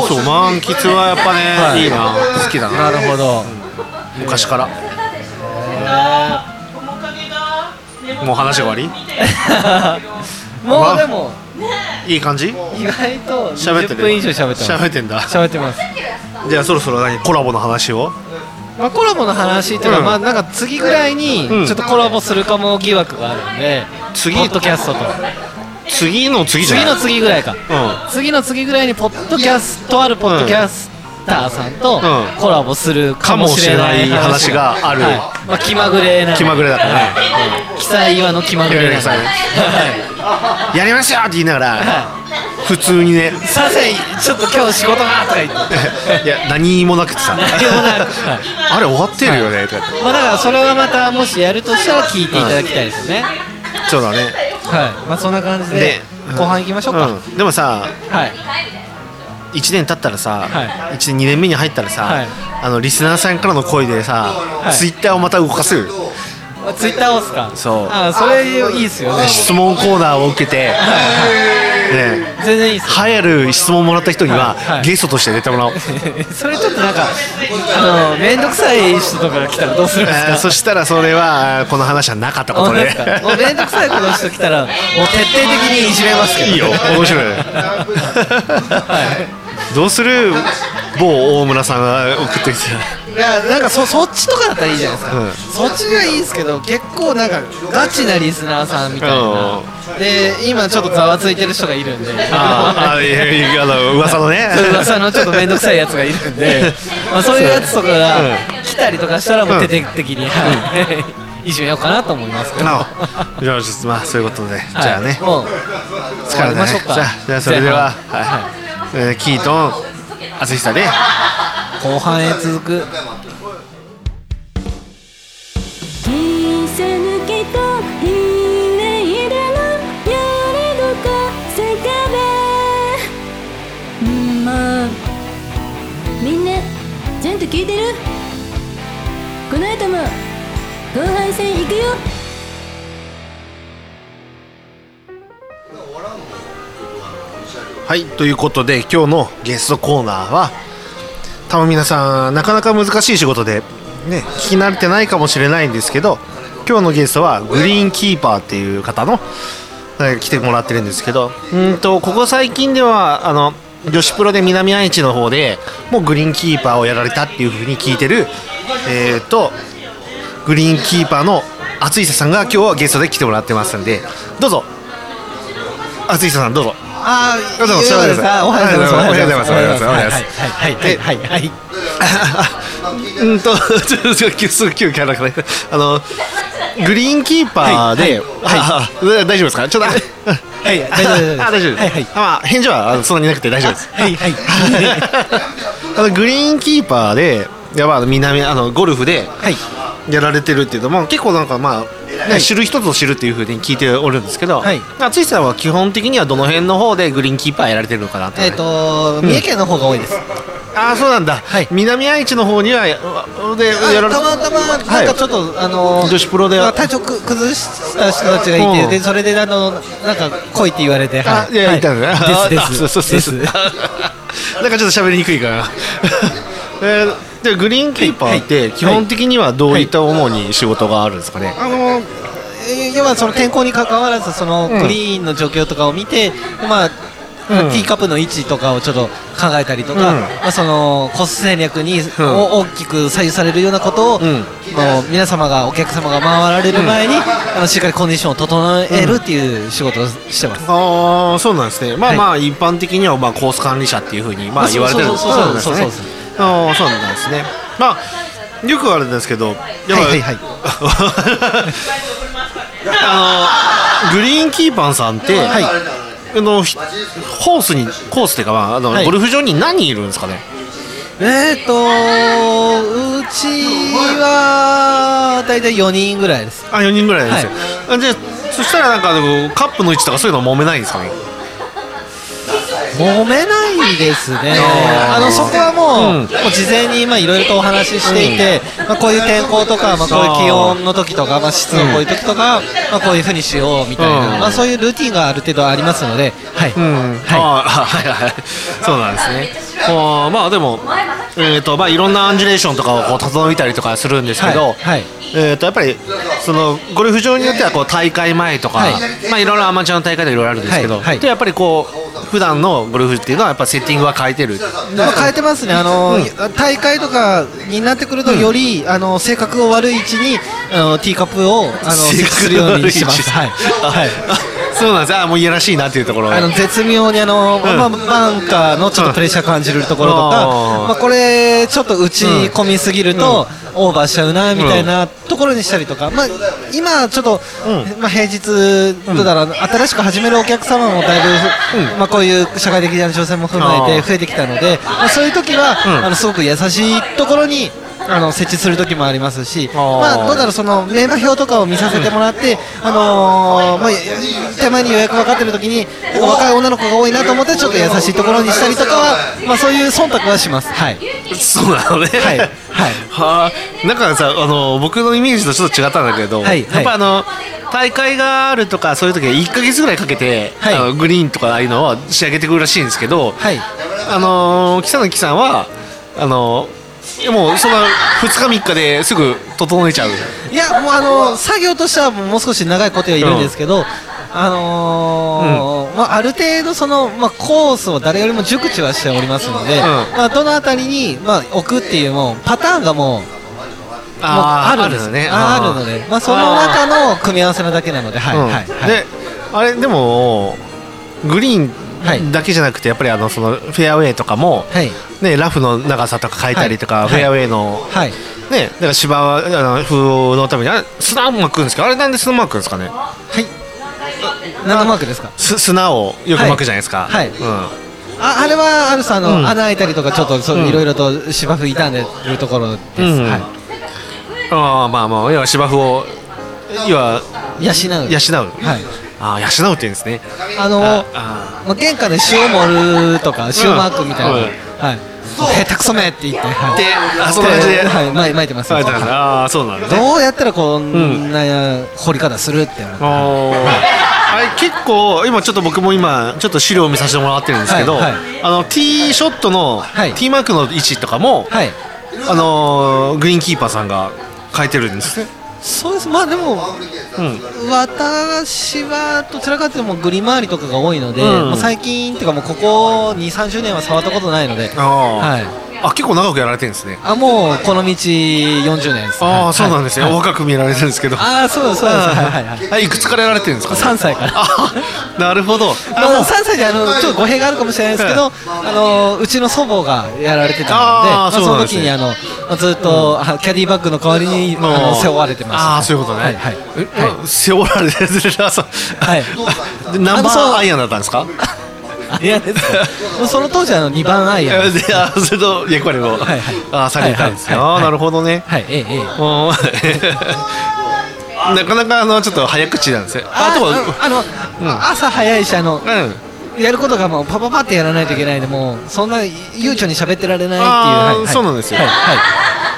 Speaker 2: す
Speaker 3: そう満喫はやっぱね、
Speaker 2: い
Speaker 3: い、いな好きだ
Speaker 2: な
Speaker 3: な
Speaker 2: るほど
Speaker 3: 昔からもう話終わり
Speaker 2: もうでも
Speaker 3: いい感じ
Speaker 2: 意外と
Speaker 3: 喋って
Speaker 2: 10
Speaker 3: る
Speaker 2: 分以上喋ってます
Speaker 3: 喋ってんだ
Speaker 2: 喋ってます
Speaker 3: じゃあそろそろ何コラボの話を
Speaker 2: まあ、コラボの話っていうのは、
Speaker 3: うん
Speaker 2: まあ、なんか次ぐらいに
Speaker 3: うん
Speaker 2: ちょっとコラボするかも疑惑があるんで、
Speaker 3: 次
Speaker 2: ポッドキャストと
Speaker 3: 次の次じゃな
Speaker 2: 次
Speaker 3: い
Speaker 2: の次ぐらいか
Speaker 3: う
Speaker 2: 次の次ぐらいにポッドキャストあるポッドキャスターさんと
Speaker 3: うん
Speaker 2: コラボするかもしれない
Speaker 3: かもしれない話がある
Speaker 2: はいまあ、気まぐれなん記
Speaker 3: 気まぐれだからね
Speaker 2: 載岩の気まぐれなんで
Speaker 3: 気まぐれです
Speaker 2: は
Speaker 3: やりますよって言いながら
Speaker 2: い
Speaker 3: 普通にね
Speaker 2: させちょっと今日仕事がとか言って
Speaker 3: いや何もなくてさ
Speaker 2: 何もなくはい
Speaker 3: あれ終わってるよねとか
Speaker 2: まあだからそれはまたもしやるとしたら聞いていただきたいですね、
Speaker 3: そうだね
Speaker 2: はい、まあそんな感じで
Speaker 3: で
Speaker 2: 後半行きましょうか、
Speaker 3: うんでもさ
Speaker 2: はい
Speaker 3: 1年経ったらさ、
Speaker 2: は
Speaker 3: 一1年2年目に入ったらさ、
Speaker 2: はい
Speaker 3: あのリスナーさんからの声でさ、
Speaker 2: い
Speaker 3: ツイッターをまた動かす
Speaker 2: まあツイッターをっすか
Speaker 3: そう
Speaker 2: あそれいいっすよね
Speaker 3: 質問コーナーを受けて、ね、
Speaker 2: 全然いいっす
Speaker 3: 流行る質問もらった人に
Speaker 2: は
Speaker 3: は、
Speaker 2: い はい
Speaker 3: ゲストとして出てもらおう、
Speaker 2: それちょっとなんかあの面倒くさい人とかが来たらどうするんです
Speaker 3: えー
Speaker 2: か
Speaker 3: そしたらそれはあーこの話はなかったこ
Speaker 2: 本
Speaker 3: と
Speaker 2: 当で
Speaker 3: です
Speaker 2: かもう面倒くさいこの人来たらもう徹底的にいじめますけど
Speaker 3: いいよ面白い、どうする某大村さんが送ってきて
Speaker 2: いやなんかそそっちとかだったらいいじゃないですか、
Speaker 3: うん
Speaker 2: そっちがいいですけど結構なんかガチなリスナーさんみたいなで今ちょっとざわついてる人がいるんで
Speaker 3: あーあーいやいやあの噂のね
Speaker 2: そういう噂のちょっと面倒くさいやつがいるん で、まあ、そういうやつとかが来たりとかしたらもう徹底的に、はいいじめようかなと思いますけど、
Speaker 3: なおじゃあちょっとまあそういうことで、
Speaker 2: はい
Speaker 3: じゃあね
Speaker 2: もう
Speaker 3: 疲れ
Speaker 2: 終わり
Speaker 3: た
Speaker 2: ましょ
Speaker 3: ね
Speaker 2: うか
Speaker 3: じゃあじゃあそれでは、
Speaker 2: 前半
Speaker 3: はいえーキートン淳久で
Speaker 2: 後半へ続く
Speaker 4: 「見せ抜けた憂いだのやりどかせかべ」うんまあみんなちゃんと聞いてるこの後も後半戦行くよ
Speaker 3: はいということで今日のゲストコーナーはたまみなさんなかなか難しい仕事でね聞き慣れてないかもしれないんですけど今日のゲストはグリーンキーパーっていう方のえー来てもらってるんですけどうんとここ最近ではあの女子プロで南愛知の方でもうグリーンキーパーをやられたっていうふうに聞いてるえっ、とグリーンキーパーの厚久さんが今日はゲストで来てもらってますんでどうぞ厚久さんどうぞ
Speaker 2: ああ
Speaker 3: どうぞ
Speaker 2: おはようございますお
Speaker 3: お
Speaker 2: は
Speaker 3: は
Speaker 2: ようご
Speaker 3: ようご
Speaker 2: ざ
Speaker 3: ざ
Speaker 2: い
Speaker 3: いま
Speaker 2: ますす
Speaker 3: おはようございますおはようございます
Speaker 2: はいはいはいはいはい
Speaker 3: うんと、ちょっと急すぐ急にキャラ変えたあの、グリーンキーパーで、ああ大丈夫ですかちょっと、
Speaker 2: はい
Speaker 3: あ
Speaker 2: 大丈夫です
Speaker 3: あ大丈夫
Speaker 2: はい
Speaker 3: で
Speaker 2: は
Speaker 3: す
Speaker 2: い。
Speaker 3: あまあ、返事はあのそんなになくて大丈夫です。
Speaker 2: はいはい
Speaker 3: あの、グリーンキーパーで、やば、南、あの、ゴルフで
Speaker 2: はい
Speaker 3: やられてるっていうのも、結構なんかまあ、ね知る人ぞ知るっていうふうに聞いておるんですけど、
Speaker 2: はい
Speaker 3: 厚井さんは基本的にはどの辺の方でグリーンキーパーやられてるのかなって、
Speaker 2: えっ、と三重県の方が多いです、
Speaker 3: ああそうなんだ、
Speaker 2: はい
Speaker 3: 南愛知の方にはやでやら
Speaker 2: あ
Speaker 3: れ
Speaker 2: たまたまなんかちょっと、あの
Speaker 3: 女子プロで
Speaker 2: 体調く崩した人たちがいて、
Speaker 3: うん
Speaker 2: でそれであのなんか来いって言われて、
Speaker 3: あ、いや、いたのね。あ
Speaker 2: で
Speaker 3: あ
Speaker 2: すです
Speaker 3: そうそうそうそう。
Speaker 2: で
Speaker 3: なん
Speaker 2: す
Speaker 3: かちょっと喋りにくいかな。 えーで、グリーンキーパーって、基本的にはどういった主に仕事があるんですかね。
Speaker 2: あのえー要はその天候に関わらずその
Speaker 3: うん
Speaker 2: グリーンの状況とかを見て、まあ
Speaker 3: うん
Speaker 2: ティーカップの位置とかをちょっと考えたりとか、
Speaker 3: うん
Speaker 2: まあ、そのコース戦略に、
Speaker 3: ん
Speaker 2: を大きく左右されるようなことを、
Speaker 3: うん
Speaker 2: もう皆様がお客様が回られる前に、あのしっかりコンディションを整えるっていう仕事をしてます。
Speaker 3: ああ、そうなんですね。まあ
Speaker 2: はい
Speaker 3: まあ、一般的には、まあ、コース管理者っていうふうに、ま
Speaker 2: あ
Speaker 3: あ、言われてるんです
Speaker 2: そうそうそうそう
Speaker 3: なんですねああ、そうなんですね。まあ、よくあれですけど、やっぱ
Speaker 2: はいはいはい
Speaker 3: あの、グリーンキーパーさんって、あの、ひコースに、コースっていうか、まあ、あの、
Speaker 2: はい
Speaker 3: ゴルフ場に何人いるんですかね。
Speaker 2: えー、とうちは大体4人ぐらいです。
Speaker 3: あ4人ぐらいですよ、あじゃあそしたらなんかでもカップの位置とかそういうの揉めないんですかね
Speaker 2: 揉めないですね、あのそこはもう,、
Speaker 3: うん
Speaker 2: もう事前にまあいろいろとお話ししていて、まあ、こういう天候とか、まあ、こういう気温の時とか、まあ、湿度こういう時とか、まあ、こういうふうにしようみたいな、
Speaker 3: うん
Speaker 2: まあ、そういうルーティンがある程度ありますので、はい
Speaker 3: はい、
Speaker 2: は
Speaker 3: あーはいはいはいそうなんですねあーまあでもえーとまあいろんなアンジュレーションとかをこう整えたりとかするんですけど、
Speaker 2: はいはい
Speaker 3: えーとやっぱりそのゴルフ場によってはこう大会前とか、
Speaker 2: はい
Speaker 3: いまあ、いろいろアマチュアの大会でいろいろあるんですけど、
Speaker 2: はいはい
Speaker 3: でやっぱりこう普段のゴルフっていうのはやっぱセッティングは変えてる
Speaker 2: いまあ、変えてますね、あの大会とかになってくると、より、あの性格を悪い位置にあのティーカップをあの設置するようにします。はい はい
Speaker 3: あそうなんですあもういやらしいなっていうところが
Speaker 2: あの絶妙にあの、まあ、バンカーのちょっとプレッシャー感じるところとか、
Speaker 3: うん
Speaker 2: まあ、これ、ちょっと打ち込みすぎると、オーバーしちゃうなみたいなところにしたりとか、まあ、今、ちょっと、まあ、平日だから、新しく始めるお客様もだいぶ、まあ、こういう社会的な挑戦も踏まえ
Speaker 3: あ
Speaker 2: て
Speaker 3: ー
Speaker 2: 増えてきたので、まあ、そういう時は、
Speaker 3: うん
Speaker 2: あのすごく優しいところに。あの設置する時もありますし、
Speaker 3: あー
Speaker 2: まあ、どうだろうそのメンバー表とかを見させてもらって、あのーまあ、手前に予約分かってる時に若い女の子が多いなと思ってちょっと優しいところにしたりとかは、まあ、そういう忖度はします。はい、
Speaker 3: そうなのね。
Speaker 2: はいはい
Speaker 3: はあ。なんかさ、あの僕のイメージとちょっと違ったんだけ
Speaker 2: は
Speaker 3: ど、
Speaker 2: いはい
Speaker 3: やっぱあの大会があるとかそういう時は一ヶ月ぐらいかけて、
Speaker 2: はい
Speaker 3: あのグリーンとかああいうのは仕上げてくるらしいんですけど、
Speaker 2: はい
Speaker 3: あの北野木さんはあのもうその2日3日ですぐ整えちゃう。
Speaker 2: いやもうあの作業としてはもう少し長いことはいるんですけど、あのーまあ、ある程度その、まあ、コースを誰よりも熟知はしておりますので、
Speaker 3: ん
Speaker 2: まあ、どの辺りに、まあ、置くっていうもうパターンがもうもうあるんです
Speaker 3: の
Speaker 2: あーあるので、まあ、その中の組み合わせなだけなので、はい
Speaker 3: うん
Speaker 2: はいはい、
Speaker 3: であれでもグリーンだけじゃなくてやっぱりあのそのフェアウェイとかも、
Speaker 2: はい
Speaker 3: ね、ラフの長さとか変えたりとか、
Speaker 2: はい
Speaker 3: フェアウェイの、
Speaker 2: はい、
Speaker 3: ね、だから芝はあの風のためにあれ砂を巻くんですかあれなんで砂巻くんですかね
Speaker 2: はい、何のマークですか
Speaker 3: す砂をよく巻くじゃないですか、
Speaker 2: はいはい
Speaker 3: うん
Speaker 2: ああれはあるさあの、
Speaker 3: うん
Speaker 2: 穴開いたりとかちょっとそう
Speaker 3: うん
Speaker 2: いろいろと芝生傷んでるところです、
Speaker 3: うん
Speaker 2: は、
Speaker 3: ああまあまあ要は芝生を要はい
Speaker 2: 養う
Speaker 3: 養う、
Speaker 2: はい
Speaker 3: ああ養うって言うんですね
Speaker 2: あの
Speaker 3: ああ
Speaker 2: まあ、玄関で塩盛るとか塩マークみたいな、
Speaker 3: うん
Speaker 2: はい下手くそめって言って、はい、
Speaker 3: であそんな感じで
Speaker 2: はい、まい巻いてます
Speaker 3: あ
Speaker 2: よ
Speaker 3: だからああそうなんだね
Speaker 2: どうやったらこんな掘り方するって思って、
Speaker 3: あれ結構今ちょっと僕も今ちょっと資料を見させてもらってるんですけど、
Speaker 2: はいはい
Speaker 3: あのティーショットの、
Speaker 2: はい
Speaker 3: ティーマークの位置とかも、
Speaker 2: はい
Speaker 3: あのーグリーンキーパーさんが変えてるんですね。
Speaker 2: そうですまあでも
Speaker 3: うん
Speaker 2: 私はどちらかというともうグリ回りとかが多いので、
Speaker 3: うん
Speaker 2: もう最近っていうかもうここ2、30年は触ったことないので、
Speaker 3: あ
Speaker 2: はい、
Speaker 3: あ結構長くやられてるんですね。
Speaker 2: あもうこの道40年です。
Speaker 3: あ
Speaker 2: は
Speaker 3: あ
Speaker 2: い
Speaker 3: そうなんですね、
Speaker 2: はい
Speaker 3: お若く見られてるんですけど。
Speaker 2: ああそうですそうです。はいはいはい。
Speaker 3: あいくつからやられてるんですか。
Speaker 2: 3歳から。
Speaker 3: あなるほど。
Speaker 2: まあ、3歳であのちょっと語弊があるかもしれないですけど、あのうちの祖母がやられてたので、ま
Speaker 3: あー
Speaker 2: あ、
Speaker 3: そ
Speaker 2: そうの
Speaker 3: なんです
Speaker 2: 時
Speaker 3: ね
Speaker 2: にあのまあずっと、あキャディバッグの代わりにあの背負われてました。
Speaker 3: ああそういうことね。
Speaker 2: はいはい。
Speaker 3: えあ背負われてる。そう
Speaker 2: はい
Speaker 3: でナンバーアイアンだったんですか。
Speaker 2: いやですか。もうその当時はあの2番アイアン。
Speaker 3: で、あ、それと役割
Speaker 2: は
Speaker 3: を、
Speaker 2: いはい
Speaker 3: あ、されてたんですね。
Speaker 2: はいはい
Speaker 3: あー、なるほどね。
Speaker 2: はいええええ。
Speaker 3: うんあなかなかあのちょっと早口なんですよあとは
Speaker 2: ああの、朝早いしあの
Speaker 3: うん
Speaker 2: やることがもうパパパってやらないといけないんでもうそんな悠長に喋ってられないっていう、
Speaker 3: あー
Speaker 2: はいはい
Speaker 3: そうなんですよ
Speaker 2: はいは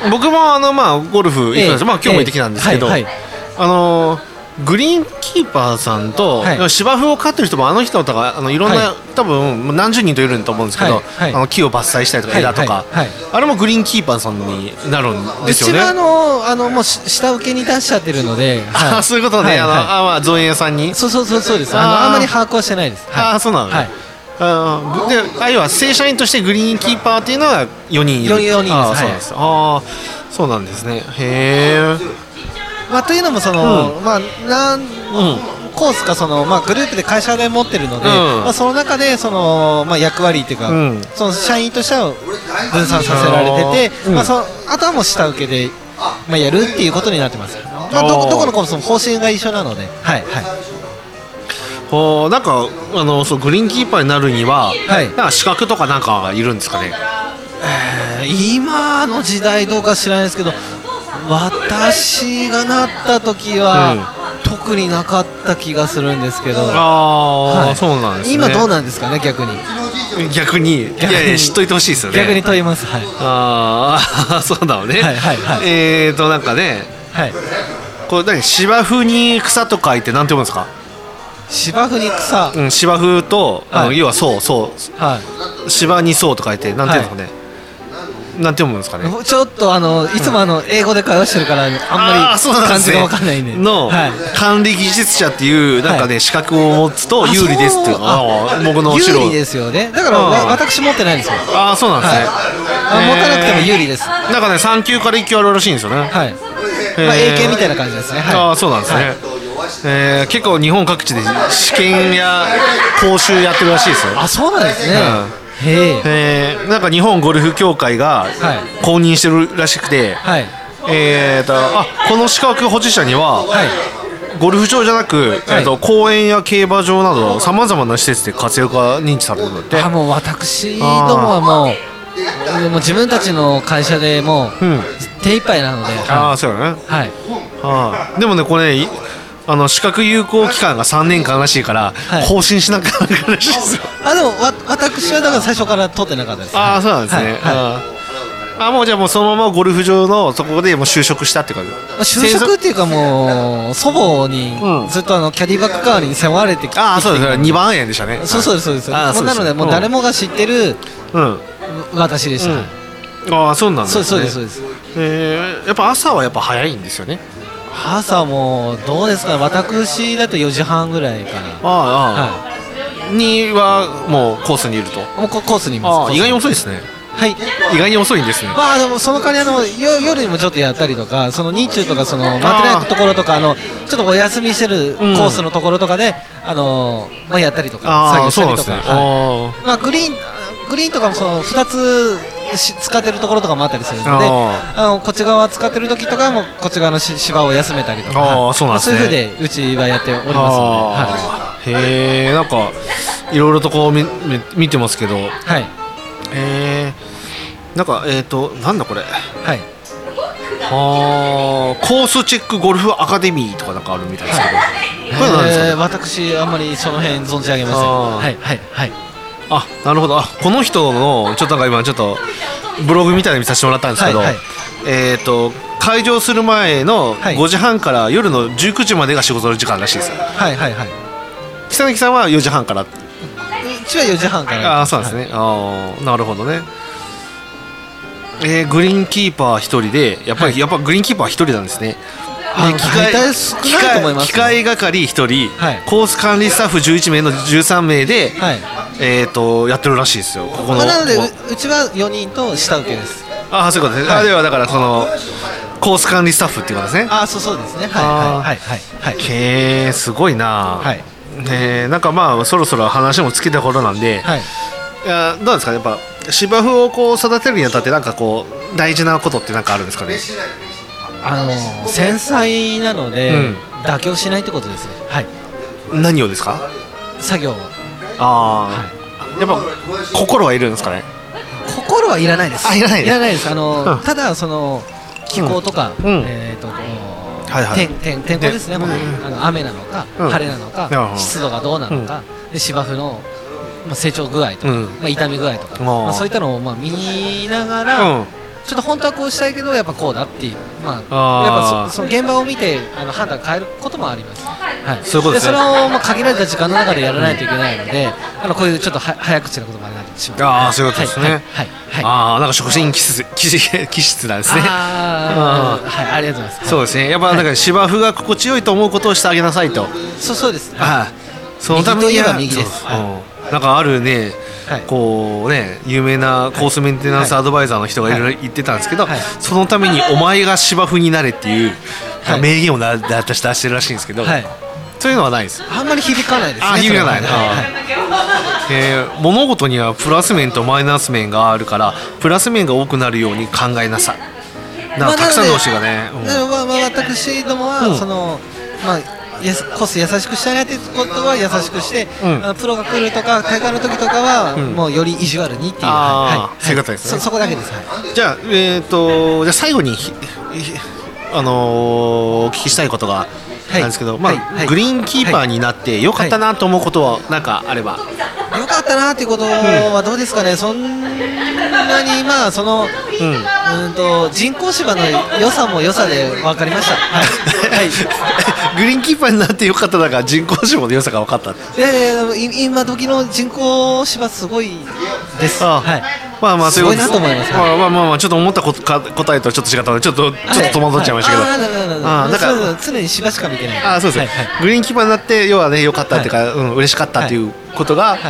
Speaker 2: い
Speaker 3: 僕もあのまあゴルフ行くんです
Speaker 2: ええ
Speaker 3: まあ今日も行ってきたんですけど、
Speaker 2: ええはいはい
Speaker 3: あのグリーンキーパーさんと、
Speaker 2: はい
Speaker 3: 芝生を飼ってる人もあの人のとかあのいろんな、
Speaker 2: は
Speaker 3: 多分何十人といると思うんですけど、
Speaker 2: はいはい
Speaker 3: あの木を伐採したりとか
Speaker 2: はい
Speaker 3: 枝とか、
Speaker 2: はいはい
Speaker 3: あれもグリーンキーパーさんになるんで
Speaker 2: う
Speaker 3: す
Speaker 2: ち
Speaker 3: よね。
Speaker 2: はあのあのもうし下請けに出しちゃってるの で、
Speaker 3: あーそういうことで、
Speaker 2: はい
Speaker 3: あの、
Speaker 2: は
Speaker 3: あまあ造園屋さんに
Speaker 2: い、そうそうそうそうですあの
Speaker 3: あー
Speaker 2: あんまり把握はしてないです、
Speaker 3: あ
Speaker 2: は
Speaker 3: あそうなの、
Speaker 2: はい
Speaker 3: あーであ要は正社員としてグリーンキーパーっていうのは4人いる
Speaker 2: 四人四人です
Speaker 3: あ
Speaker 2: は
Speaker 3: ー
Speaker 2: い
Speaker 3: そうなんです、あーそうなんですねへ
Speaker 2: いまあ、というのもその、まあなん
Speaker 3: えうん
Speaker 2: コースかその、まあ、グループで会社で持ってるので、
Speaker 3: うん
Speaker 2: まあ、その中でその、まあ、役割っていうか、
Speaker 3: うん
Speaker 2: その社員としては分散させられてて、
Speaker 3: うん
Speaker 2: まあ、そのあとはもう下請けで、まあ、やるっていうことになってます、まあ、ど
Speaker 3: お
Speaker 2: こ
Speaker 3: ー
Speaker 2: どこのコースも方針が一緒なので、はいはい、
Speaker 3: ほうなんかあのそうグリーンキーパーになるには、
Speaker 2: はい
Speaker 3: なんか資格とかなんかいるんですかね
Speaker 2: えー今の時代どうか知らないですけど私がなった時は、特になかった気がするんですけど、
Speaker 3: ああー、
Speaker 2: はい
Speaker 3: そうなんですね
Speaker 2: 今どうなんですかね逆に
Speaker 3: 逆にい
Speaker 2: 逆に
Speaker 3: やいや知っといてほしいですよね
Speaker 2: 逆に問いますはい
Speaker 3: あー そうだろうね
Speaker 2: はいはいはい
Speaker 3: えーとなんかね
Speaker 2: はい
Speaker 3: これ何芝生に草と書いてなんて読むんですか、
Speaker 2: 芝生に草、
Speaker 3: うん、芝生とあの、
Speaker 2: はい
Speaker 3: 要はそうそ
Speaker 2: はいう
Speaker 3: 芝にそうと書いてなんて読むんですかね、なんて読むんですかね
Speaker 2: ちょっとあのいつもあの英語で会話してるからあんま
Speaker 3: ーそう
Speaker 2: り
Speaker 3: な
Speaker 2: 漢
Speaker 3: ん
Speaker 2: 字
Speaker 3: ですね
Speaker 2: がわかんないんで。
Speaker 3: の、
Speaker 2: はい
Speaker 3: 管理技術者っていうなんかね、
Speaker 2: は
Speaker 3: 資格を持つと有利ですっていうの
Speaker 2: あ
Speaker 3: が
Speaker 2: そう
Speaker 3: 僕の後
Speaker 2: 有
Speaker 3: ろ
Speaker 2: 利ですよね。だから
Speaker 3: うん
Speaker 2: わ私持ってないんですよ。はい。
Speaker 3: ああそうなんですね、
Speaker 2: あ持たなくても有利です。は
Speaker 3: なんかね3級から1級あるらしいんですよね、
Speaker 2: い。まあ
Speaker 3: へー
Speaker 2: A 系みたいな感じですね。
Speaker 3: あ
Speaker 2: は
Speaker 3: あそうなんですね、えー結構日本各地で試験や講習やってるらしいですよ
Speaker 2: い。あそうなんですね。へえ。
Speaker 3: えーなんか日本ゴルフ協会が
Speaker 2: い
Speaker 3: 公認してるらしくて、
Speaker 2: はい
Speaker 3: えーとあこの資格保持者には、
Speaker 2: はい。
Speaker 3: ゴルフ場じゃなく、
Speaker 2: はい
Speaker 3: えーと公園や競馬場などさまざまな施設で活躍が認知されるんだって
Speaker 2: あもう私どもはもうもう自分たちの会社でもう
Speaker 3: うん
Speaker 2: 手一杯なので。
Speaker 3: ああ
Speaker 2: は
Speaker 3: そうだね
Speaker 2: い。はい
Speaker 3: あーでもねこれいあの資格有効期間が3年間らしいから、
Speaker 2: はい
Speaker 3: 更新しなきゃならしいですよ
Speaker 2: あでもわ私はだから最初から取ってなかったです。
Speaker 3: ああそうなんですね、
Speaker 2: はいはい
Speaker 3: あーあーもうじゃあもうそのままゴルフ場のそこでもう就職したって感じ
Speaker 2: まあ就職っていうかもう 祖母に
Speaker 3: うん
Speaker 2: ずっとあのキャディバック代わりに世話れてきて
Speaker 3: ああそうですね2番円でしたね
Speaker 2: そうそうですそうです
Speaker 3: あー
Speaker 2: もうなのでもう誰もが知ってる
Speaker 3: うん
Speaker 2: 私でした、
Speaker 3: ああそうなんです
Speaker 2: そう
Speaker 3: ね
Speaker 2: そうですそうです
Speaker 3: えーやっぱ朝はやっぱ早いんですよね
Speaker 2: 朝もうどうですか私だと4時半ぐらいかなは
Speaker 3: ああああにはもうコースにいると
Speaker 2: いもうこコースにいま
Speaker 3: ああ
Speaker 2: す
Speaker 3: 意外に
Speaker 2: に
Speaker 3: 遅いですね
Speaker 2: はい
Speaker 3: 意外に遅いんですね
Speaker 2: まあでもその代わりあのよ夜にもちょっとやったりとかその日中とかその待ってないところとかあのちょっとお休みしてるコースのところとかで、あのまあやったりとか
Speaker 3: あ
Speaker 2: 作
Speaker 3: あ
Speaker 2: 業し
Speaker 3: そ
Speaker 2: たり
Speaker 3: うなんで
Speaker 2: と
Speaker 3: す
Speaker 2: か、
Speaker 3: ね
Speaker 2: はい
Speaker 3: あ
Speaker 2: まあ、グリーングリーンとかもその2つし使ってるところとかもあったりするので
Speaker 3: あ
Speaker 2: あのこっち側使ってる時とかもこっち側のし芝を休めたりとか
Speaker 3: あーそうなんですね
Speaker 2: そういうふうでうちはやっておりますので、は
Speaker 3: ああへえんかいろいろとこうみみ見てますけど
Speaker 2: い、はい
Speaker 3: えー、なんかえっ、ー、となんだこれ
Speaker 2: はい、
Speaker 3: はあコースチェックゴルフアカデミーとかなんかあるみたいですけど、 これなんですかね
Speaker 2: えー私あんまりその辺存じ上げません
Speaker 3: あー
Speaker 2: はいはいはい
Speaker 3: あなるほどあこの人のちょっとなんか今ちょっとブログみたいなの見させてもらったんですけど、
Speaker 2: はいはい
Speaker 3: えっ、と開場する前の
Speaker 2: はい
Speaker 3: 5時半から夜の19時までが仕事の時間らしいですよ
Speaker 2: はいはいはい
Speaker 3: 北貫さんは4時半から
Speaker 2: うちは4時半から
Speaker 3: ああそうなんですね、ああなるほどねえー、グリーンキーパー一人でやっぱり、やっぱグリーンキーパー一人なんですね
Speaker 2: あ
Speaker 3: で
Speaker 2: 大体少
Speaker 3: 機
Speaker 2: ないと思い
Speaker 3: 械
Speaker 2: ます
Speaker 3: 機械係一人、
Speaker 2: はい
Speaker 3: コース管理スタッフ11名の13名で、
Speaker 2: はい
Speaker 3: えっ、とやってるらしいですよここの
Speaker 2: まあなので
Speaker 3: こ
Speaker 2: う
Speaker 3: こ
Speaker 2: うちは4人と下請けです
Speaker 3: ああそういうことです、
Speaker 2: はい
Speaker 3: あではだからそのコース管理スタッフっていうことですね
Speaker 2: ああそうそうですねはい
Speaker 3: あー
Speaker 2: はいはいはいはい
Speaker 3: へえすごいな
Speaker 2: はい
Speaker 3: ねえなんかまあそろそろ話もつけた頃なんで、
Speaker 2: はい
Speaker 3: いやどうなんですかねやっぱ芝生をこう育てるにあたってなんかこう大事なことってなんかあるんですかね
Speaker 2: あの繊細なので、
Speaker 3: うん
Speaker 2: 妥協しないってことですねはい
Speaker 3: 何をですか
Speaker 2: 作業
Speaker 3: ああ、やっぱ心はいるんですかね
Speaker 2: 心はいらないです
Speaker 3: あいらないです
Speaker 2: いらないですあの、
Speaker 3: うん
Speaker 2: ただその気候とか、
Speaker 3: うん
Speaker 2: えっ、とこう
Speaker 3: はいはい
Speaker 2: 天天天候ですね、これあの雨なのか、
Speaker 3: うん
Speaker 2: 晴れなの
Speaker 3: なるほ
Speaker 2: か、
Speaker 3: ど
Speaker 2: 湿度がどうなのか、で芝生の、まあ、成長具合とか、
Speaker 3: うん
Speaker 2: まあ、痛み具合とか、
Speaker 3: ー
Speaker 2: まあ、そういったのをまあ見ながら、
Speaker 3: うん
Speaker 2: ちょっと本当はこうしたいけど、やっぱこうだっていう、まあ、
Speaker 3: あー
Speaker 2: やっぱそその現場を見てあの判断変えることもあります。はい、
Speaker 3: そういうことです
Speaker 2: そ
Speaker 3: ね
Speaker 2: れをまあ限られた時間の中でやらないといけないので、あのこういうちょっとは早口なこともになってしまう。
Speaker 3: ああそういうことですね、
Speaker 2: はいはいはいはい
Speaker 3: ああなんか職人気質 気質気質なんですね
Speaker 2: あーはい、ありがとうございます。
Speaker 3: そうですねやっぱなんか芝生が心地よいと思うことをしてあげなさいと、
Speaker 2: そうそうです。
Speaker 3: はいそのために
Speaker 2: 右といえば
Speaker 3: は
Speaker 2: 右です
Speaker 3: そう
Speaker 2: は
Speaker 3: うんなんかあるね、
Speaker 2: はい
Speaker 3: こうね有名なコースメンテナンスアドバイザーの人がいろいろ言ってたんですけど、
Speaker 2: はい
Speaker 3: そのために「お前が芝生になれ」っていう
Speaker 2: はい
Speaker 3: 名言をな出してるらしいんですけど、
Speaker 2: はい
Speaker 3: そういうのはないです
Speaker 2: あんまり響かないですね。
Speaker 3: あ響かない
Speaker 2: それははい
Speaker 3: えー物事にはプラス面とマイナス面があるからプラス面が多くなるように考えなさいなんかたくさんの教えがね、うん
Speaker 2: なのでまあまあ私どもは、
Speaker 3: うん
Speaker 2: そのまあやすコース優しくしてあげてことは優しくして、
Speaker 3: うん
Speaker 2: あのプロが来るとか大会の時とかは、もうより意地悪にっていう、
Speaker 3: あ
Speaker 2: い
Speaker 3: ーそういうことですね
Speaker 2: そそこだけです、はい
Speaker 3: じゃあえっ、とじゃあ最後にひひあのーお聞きしたいことが
Speaker 2: い
Speaker 3: なんですけど、まあ
Speaker 2: はいはい
Speaker 3: グリーンキーパーになってよかったなと思うことはなんかあれば、
Speaker 2: よかったなっていうことはどうですかね、そんなにまあその、うん、と人工芝の良さも良さで分かりました。 はい
Speaker 3: グリーンキーパーになってよかっただから人工芝の良さが分かった
Speaker 2: いやいやいやい今時の人工芝すごいです。
Speaker 3: ああ
Speaker 2: はい。
Speaker 3: まあまあそういうこと
Speaker 2: すごいなと思います
Speaker 3: まあまあまあまあちょっと思ったことか答えとちょっと違ったのでちょっとちょっと戸惑っちゃいましたけど、
Speaker 2: はいあーなるほど
Speaker 3: あーだから
Speaker 2: そうそう常に芝しか見てない。
Speaker 3: あーそうですね、
Speaker 2: はいはい
Speaker 3: グリーンキーパーになって要はね良かったっていうか、うん嬉しかったっていうことが、
Speaker 2: はい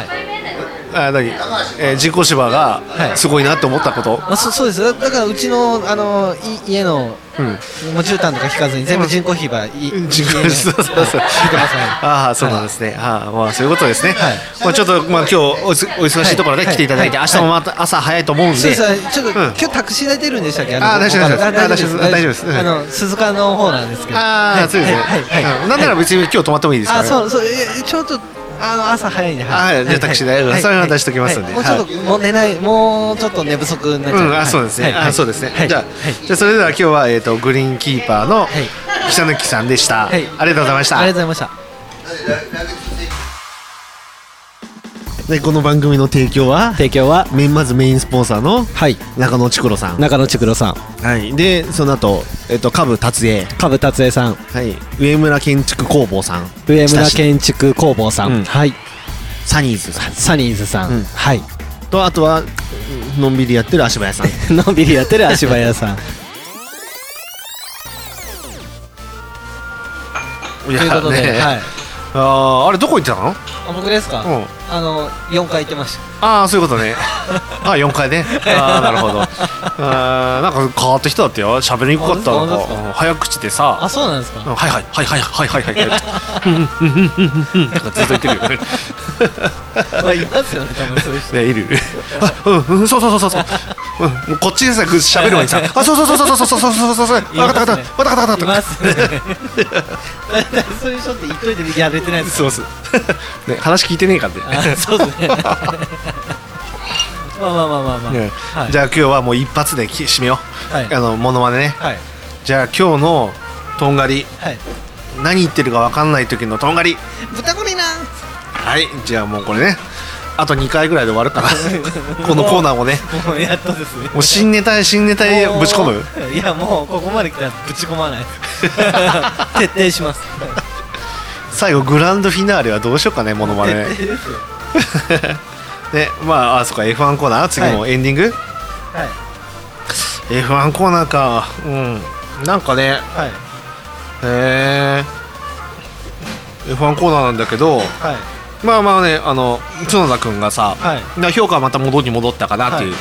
Speaker 3: あー何、えー人工芝
Speaker 2: は
Speaker 3: が
Speaker 2: い
Speaker 3: すごいなと思ったこと、
Speaker 2: まあ、そそうですだだからうちのあのい家の、
Speaker 3: うん
Speaker 2: もう絨毯とか引かずに全部人工芝い
Speaker 3: 人工
Speaker 2: 家の
Speaker 3: そうそうそう
Speaker 2: はい引いてますね
Speaker 3: ああそうなんですね、ああまあそういうことですね、
Speaker 2: はい
Speaker 3: まあちょっとまあ今日おすお忙しいところで
Speaker 2: はい
Speaker 3: 来ていただいて、
Speaker 2: はい
Speaker 3: 明日もまた朝早いと思うん
Speaker 2: そう
Speaker 3: で、
Speaker 2: ですねちょっと、
Speaker 3: うん
Speaker 2: 今日タクシー代出るんでしたっけ
Speaker 3: あー大丈夫です
Speaker 2: あ大丈夫です
Speaker 3: あ大丈夫です
Speaker 2: あの鈴鹿の方なんですけど
Speaker 3: ああそうです
Speaker 2: はい
Speaker 3: ね、
Speaker 2: はいはい
Speaker 3: うんなんなら別に今日泊まってもいいですか
Speaker 2: あ
Speaker 3: ら、ね、
Speaker 2: そうそうえちょっとあの朝早いんでは
Speaker 3: あはいじゃあタクシー代それは出しときますんで
Speaker 2: もうちょっと、もう寝ないもうちょっと寝不足になっちゃ
Speaker 3: うん、あ、そうですね。あ、そうですね。じゃあ、じゃあそれでは今日はえっ、とグリーンキーパーの
Speaker 2: はい
Speaker 3: 北抜さんでした、
Speaker 2: はい
Speaker 3: ありがとうございました。
Speaker 2: ありがとうございました
Speaker 3: でこの番組の提供は
Speaker 5: 提供は
Speaker 3: メインまずメインスポンサーの
Speaker 5: はい
Speaker 3: 中野ちくろさん。
Speaker 5: 中野ちくろさん
Speaker 3: はい。でその後えっ、と下部達也、
Speaker 5: 株達也さん
Speaker 3: はい。上村建築工房さん。
Speaker 5: 上村
Speaker 3: 親しい
Speaker 5: 建築工房さん、
Speaker 3: うん
Speaker 5: はい
Speaker 3: サニーズさん
Speaker 5: サニーズさん、
Speaker 3: うん
Speaker 5: はい
Speaker 3: とあとはのんびりやってる足早さん。
Speaker 5: のんびりやってる足早さん
Speaker 3: い
Speaker 2: ということで、
Speaker 3: ね
Speaker 2: はい
Speaker 3: あーあれどこ行ってたの？
Speaker 2: あ僕ですか、
Speaker 3: うん
Speaker 2: あの4回行ってました
Speaker 3: ああそういうこと ね。あ四回ね。ああなるほど。あーなんか変わった人だったよ。喋りにくかったの
Speaker 2: あ本当です
Speaker 3: か。うん早口でさ。
Speaker 2: あそうなんですか
Speaker 3: うんはいはいはいはいはいはいはいはい。なんかずっと言ってるよね。
Speaker 2: まあいますよね多分そうい う人
Speaker 3: ねいる。あうんうんそうそうそうそうそう。うんもうこっちでさぐ喋る前にさ。あそうそうそうそうそうそうそうそうそうそう。わかったわかったわかったわかっ
Speaker 2: い
Speaker 3: たわか
Speaker 2: ま
Speaker 3: っ
Speaker 2: すね 大体そういう人って言っといてやれてないで
Speaker 3: た。
Speaker 2: す
Speaker 3: そうそう。 ね話聞いてねえかって。
Speaker 2: あそうですね まあまあまあまあまあ、
Speaker 3: ね
Speaker 2: はい
Speaker 3: じゃあ今日はもう一発でき締めよ。
Speaker 2: はいう
Speaker 3: あのモノマネね。
Speaker 2: はい
Speaker 3: じゃあ今日のとんがり
Speaker 2: はい
Speaker 3: 何言ってるかわかんない時のとんがり。
Speaker 2: 豚ゴリラ
Speaker 3: はいじゃあもうこれね。あと2回ぐらいで終わ るかなこのコーナーもね
Speaker 2: もうやっとですね
Speaker 3: もう新ネタへ新ネタへぶち込む
Speaker 2: むいやもうここまで来たらぶち込 まない徹底します
Speaker 3: 最後グランドフィナーレはどうしようかねモノマネ
Speaker 2: 徹底ですよ
Speaker 3: ねまああそっか F1 コーナー次もエンディング、
Speaker 2: はい
Speaker 3: F1 コーナーかうんなんかね
Speaker 2: はい
Speaker 3: へえ F1 コーナーなんだけど
Speaker 2: はい
Speaker 3: まあまあねあの角田君がさ、
Speaker 2: はい
Speaker 3: な評価はまた元に戻ったかなっていう
Speaker 2: は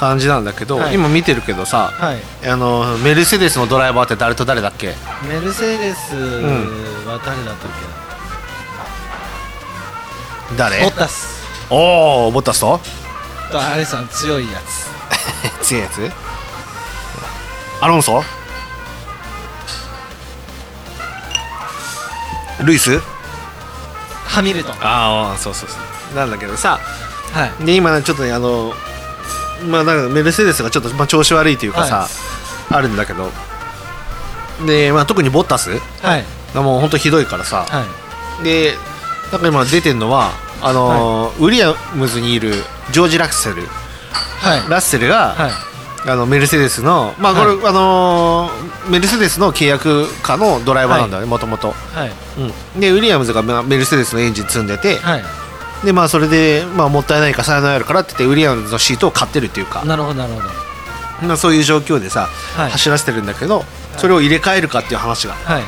Speaker 3: 感じなんだけど、
Speaker 2: はい
Speaker 3: 今見てるけどさ、
Speaker 2: はい
Speaker 3: あのメルセデスのドライバーって誰と誰だっけ
Speaker 2: メルセデス
Speaker 3: ん
Speaker 2: は誰だったっけな
Speaker 3: 誰
Speaker 2: ボッタス
Speaker 3: おおボッタスと
Speaker 2: とアレさん強いやつ
Speaker 3: 強いやつアロンソルイス
Speaker 2: ハミルトン
Speaker 3: ああそうそうそうなんだけどさ
Speaker 2: はい
Speaker 3: で今ねちょっとねあのまあなんかメルセデスがちょっと、まあ、調子悪いというかさ、
Speaker 2: はい
Speaker 3: あるんだけどで、まあ、特にボッタス
Speaker 2: はい
Speaker 3: がもう本当ひどいからさ、
Speaker 2: はい
Speaker 3: でなんか今出てるのはあのーウィリアムズにいるジョージ・ラッセル
Speaker 2: はい
Speaker 3: ラッセルが、
Speaker 2: はい
Speaker 3: あのメルセデスの、まあこれ
Speaker 2: は
Speaker 3: あのーメルセデスの契約下のドライバーなんだよねもともと
Speaker 2: はい
Speaker 3: でウィリアムズがまあメルセデスのエンジン積んでて、
Speaker 2: はい
Speaker 3: でまあ、それで、まあ、もったいないから才能あるからって言ってウィリアムズのシートを買ってるっていうか、
Speaker 2: なるほどなるほど
Speaker 3: まあ、そういう状況でさ、
Speaker 2: はい
Speaker 3: 走らせてるんだけどそれを入れ替えるかっていう話が
Speaker 2: はい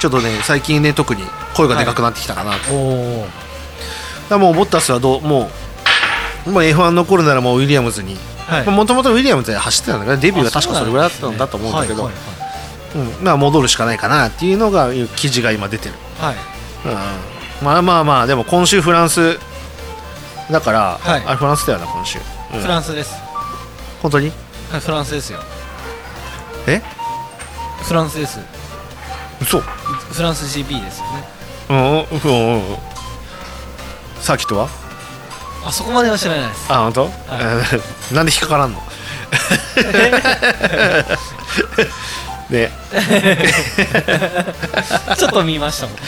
Speaker 3: ちょっとね最近ね特に声がでかくなってきたかなと、
Speaker 2: おお
Speaker 3: だからもうボッタスはどうもう、まあ、F1 の頃ならもうウィリアムズに
Speaker 2: はい
Speaker 3: もともとウィリアムズで走ってたんだけどデビューが確かそれぐらいだったんだと思うんだけど
Speaker 2: はいはい
Speaker 3: うんまあ戻るしかないかなっていうのがいう記事が今出てる、
Speaker 2: はい
Speaker 3: うん、まあまあまあでも今週フランスだから、
Speaker 2: はい
Speaker 3: あれフランスだよな今週、うん
Speaker 2: フランスです
Speaker 3: 本当に
Speaker 2: はいフランスですよ
Speaker 3: え
Speaker 2: フランスです
Speaker 3: 嘘
Speaker 2: フランス GB ですよね
Speaker 3: うんうんうんうんサーキットは
Speaker 2: あそこまでは知らない です
Speaker 3: あ本当、うん なんで引っかからんのね
Speaker 2: ちょっと見ましたもん
Speaker 3: あ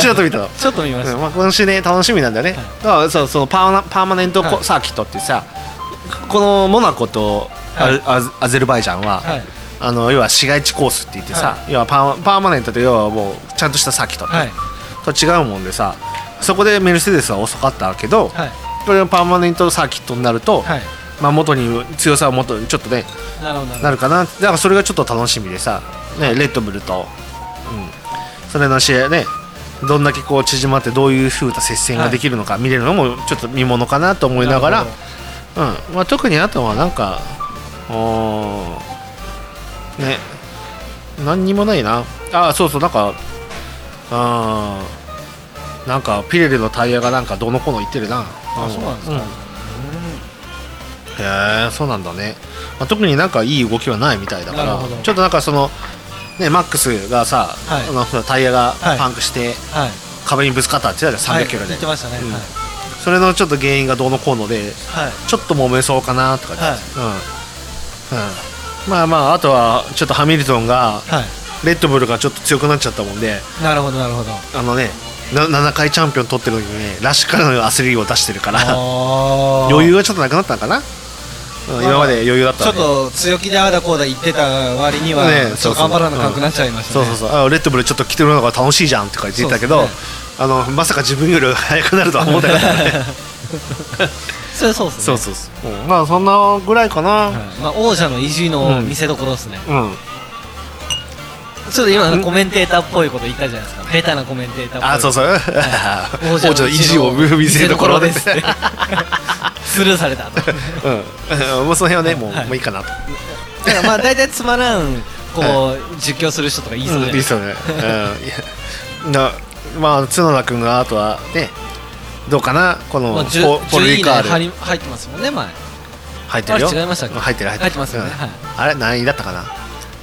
Speaker 3: ちょっと見たの
Speaker 2: ちょっと見まし
Speaker 3: う
Speaker 2: た
Speaker 3: んまあ、今週ね楽しみなんだよね、あそうそうパーマパーマネントコ、サーキットってさこのモナコとア,、
Speaker 2: はい
Speaker 3: アアゼルバイジャンは、
Speaker 2: はい
Speaker 3: あの要は市街地コースって言ってさ、要はパーパーマネントと要はもうちゃんとしたサーキット、
Speaker 2: はい
Speaker 3: と違うもんでさそこでメルセデスは遅かったけど、
Speaker 2: はい
Speaker 3: これがパーマネントサーキットになると、
Speaker 2: はい
Speaker 3: まあ、元に強さは元にちょっとね
Speaker 2: なるほどなるほど
Speaker 3: なるかなだからそれがちょっと楽しみでさ、ね、レッドブルと、うん、それの試合ねどんだけこう縮まってどういうふうな接戦ができるのか見れるのもちょっと見ものかなと思いながら
Speaker 2: なる
Speaker 3: うんまあ、特にあとはなんかおーね何にもないなあそうそうなんかあーなんかピレルのタイヤがなんかどの子の言ってるな
Speaker 2: あそうなんですか
Speaker 3: へえそうなんだね、まあ、特になんかいい動きはないみたいだか
Speaker 2: なる
Speaker 3: ら
Speaker 2: ほど
Speaker 3: ちょっとなんかそのねマックスがさ、
Speaker 2: はい
Speaker 3: あのタイヤが
Speaker 2: はい
Speaker 3: パンクして
Speaker 2: はい
Speaker 3: 壁にぶつかったって言ってたじゃん300キロで、
Speaker 2: はい言ってましたね
Speaker 3: うん
Speaker 2: はい
Speaker 3: それのちょっと原因がどうのこうので
Speaker 2: はい
Speaker 3: ちょっと揉めそうかなとかって、
Speaker 2: はい
Speaker 3: うんうんまあまああとはちょっとハミルトンが
Speaker 2: は
Speaker 3: レッドブルがちょっと強くなっちゃったもんで
Speaker 2: いなるほどなるほど
Speaker 3: あのねな7回チャンピオン取ってるのにねらしからぬ焦りを出してるから
Speaker 2: あー
Speaker 3: 余裕がちょっとなくなったのかな、うん
Speaker 2: あ
Speaker 3: 今まで余裕だった
Speaker 2: ちょ
Speaker 3: の
Speaker 2: っ
Speaker 3: に
Speaker 2: と強気でああだこうだ言ってた割には
Speaker 3: ね
Speaker 2: ちょっと頑張らなくなっちゃいました
Speaker 3: そう
Speaker 2: ね
Speaker 3: そうそうあレッドブルちょっと着てるのが楽しいじゃんとか言ってたけ
Speaker 2: そ
Speaker 3: ど、
Speaker 2: うで
Speaker 3: あのまさか自分より速くなるとは思ってなかった ね
Speaker 2: それそうですね
Speaker 3: そうそうそう、うんまあそんなぐらいかな、
Speaker 2: はいまあ王者の意地の見せ所ですね
Speaker 3: うん
Speaker 2: ちょっと今コメンテーターっぽいこと言ったじゃないですかベタなコメンテーターっぽい
Speaker 3: あそうそう、
Speaker 2: 王
Speaker 3: 王
Speaker 2: 者
Speaker 3: 者
Speaker 2: の
Speaker 3: の
Speaker 2: 意
Speaker 3: 意
Speaker 2: 地
Speaker 3: 地
Speaker 2: を
Speaker 3: を
Speaker 2: 見
Speaker 3: 見
Speaker 2: せ
Speaker 3: せ
Speaker 2: ど
Speaker 3: ど
Speaker 2: こ
Speaker 3: こ
Speaker 2: ろ
Speaker 3: ろ
Speaker 2: で
Speaker 3: ですす
Speaker 2: ねスルーされたとだか
Speaker 3: うん、もうその辺はねもう,、
Speaker 2: はい
Speaker 3: い、もういいかなと
Speaker 2: らまあ大体つまらんこう実況する人とか言いそうじゃない
Speaker 3: いい
Speaker 2: で
Speaker 3: っ
Speaker 2: す
Speaker 3: すよね、うん、いやなまあ角田君があとはねどうかなこの
Speaker 2: まあ
Speaker 3: ポ
Speaker 2: 10
Speaker 3: ポル
Speaker 2: 10位
Speaker 3: リ
Speaker 2: 以
Speaker 3: カ
Speaker 2: 内
Speaker 3: ール
Speaker 2: に入ってますもんね前
Speaker 3: 入ってるよ
Speaker 2: あれ違いましたっけ
Speaker 3: 入ってる入って
Speaker 2: 入
Speaker 3: る
Speaker 2: ってますよね
Speaker 3: うん
Speaker 2: はい
Speaker 3: あれ何位だったかな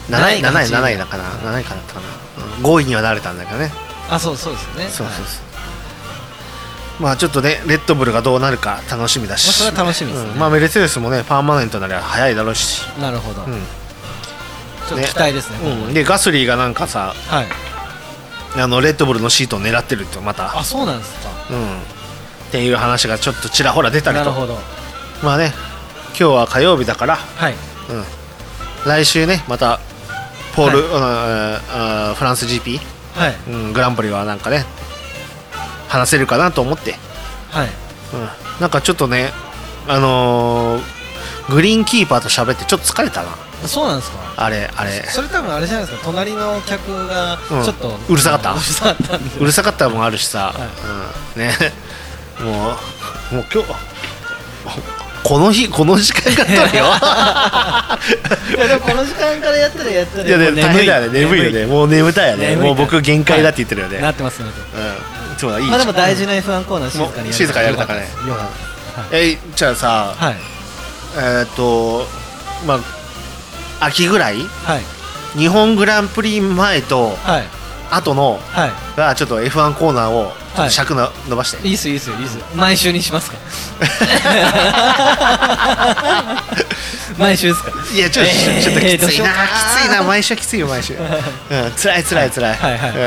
Speaker 2: 七
Speaker 3: 7
Speaker 2: 位
Speaker 3: 位
Speaker 2: か
Speaker 3: 7
Speaker 2: 八
Speaker 3: 位
Speaker 2: 位
Speaker 3: 7位だかな7位かだったかな、うん、5位にはなれたんだけどね
Speaker 2: あそうそうですよね
Speaker 3: そうそう
Speaker 2: はい
Speaker 3: そう、まあちょっとねレッドブルがどうなるか楽しみだし、
Speaker 2: まあそれは楽しみですね
Speaker 3: うんまあメルセデスもねパーマネントなりゃ早いだろうし、
Speaker 2: なるほど
Speaker 3: うん
Speaker 2: ちょっと期待ですね
Speaker 3: うん、でガスリーがなんかさ
Speaker 2: はい
Speaker 3: あのレッドブルのシートを狙ってるってまた
Speaker 2: あそうなんですか
Speaker 3: うんっていう話がちょっとちらほら出たり
Speaker 2: なる
Speaker 3: と
Speaker 2: ほど
Speaker 3: まあね今日は火曜日だから、
Speaker 2: はい
Speaker 3: うん、来週ねまたポール、うんあーフランス GP、
Speaker 2: はい
Speaker 3: うん、グランプリはなんかね話せるかなと思って、
Speaker 2: はい
Speaker 3: うん、なんかちょっとねあのーグリーンキーパーと喋ってちょっと疲れたな
Speaker 2: そうなんですか
Speaker 3: あれあれ
Speaker 2: それ多分あれじゃないですか隣の客が
Speaker 3: うん
Speaker 2: ちょっと
Speaker 3: うるさかっ た
Speaker 2: うるさかったんで
Speaker 3: うるさかったのもあるしさ、
Speaker 2: は
Speaker 3: うん、ねもうもう今日この日この時間が取 るよ
Speaker 2: いやでもこの時間からやったらやったら
Speaker 3: いやで
Speaker 2: も
Speaker 3: も
Speaker 2: う
Speaker 3: 大変だよね眠いよねもう眠たいよね
Speaker 2: 眠い
Speaker 3: もう僕限界だって言ってるよね、
Speaker 2: なってますね
Speaker 3: うんそうだいい
Speaker 2: まあでも大事な F1 コーナー静かに
Speaker 3: も
Speaker 2: や
Speaker 3: う静かにやれたからね
Speaker 2: よかった
Speaker 3: えじゃあさ、
Speaker 2: はい
Speaker 3: えーっとまあ秋ぐらい
Speaker 2: はい
Speaker 3: 日本グランプリ前と
Speaker 2: はい
Speaker 3: 後の
Speaker 2: はい
Speaker 3: がちょっと F1 コーナーをと尺の伸ばして
Speaker 2: いいっすよいいっすよいいっすよ毎週にし ますか毎週ですか
Speaker 3: いやちょっと、
Speaker 2: えー
Speaker 3: ちょっときついな
Speaker 2: どうしようかな
Speaker 3: きついな毎週きついよ 毎週、うん、辛い辛い辛い、
Speaker 2: はいはい
Speaker 3: うん、い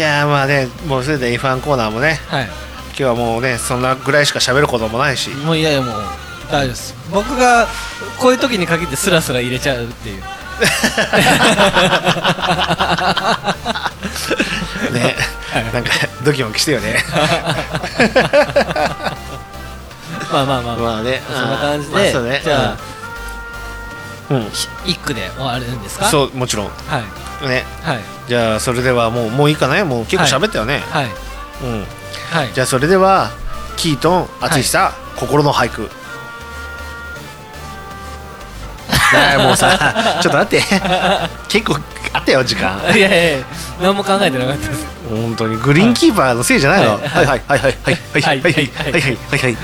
Speaker 3: やーまあねもうすでに F1 コーナーもね
Speaker 2: はい
Speaker 3: 今日はもうねそんなぐらいしか喋ることもないし
Speaker 2: もういやいやもう大丈夫です僕がこういう時に限ってスラスラ入れちゃうって いう
Speaker 3: ねなんかドキドキしてよね
Speaker 2: まあまあまあまあ、
Speaker 3: まあね
Speaker 2: そんな感じで、
Speaker 3: まあそうね
Speaker 2: じゃあ、
Speaker 3: うん
Speaker 2: 一句で終わるんですかう
Speaker 3: そうもちろん
Speaker 2: はい
Speaker 3: ね
Speaker 2: はい
Speaker 3: じゃあそれではもうもういいかなもう結構喋ったよね、
Speaker 2: はい
Speaker 3: うん
Speaker 2: はい
Speaker 3: じゃあそれではキートン
Speaker 2: い
Speaker 3: 淳さん、心の 俳句ねえもうさちょっと待って結構あったよ時間
Speaker 2: いやいやいや何も考えてなかったです
Speaker 3: 本当にグリーンキーパーのせいじゃないのはいはいはいはいはいはいはいはいはいはいは
Speaker 2: は
Speaker 3: い
Speaker 2: い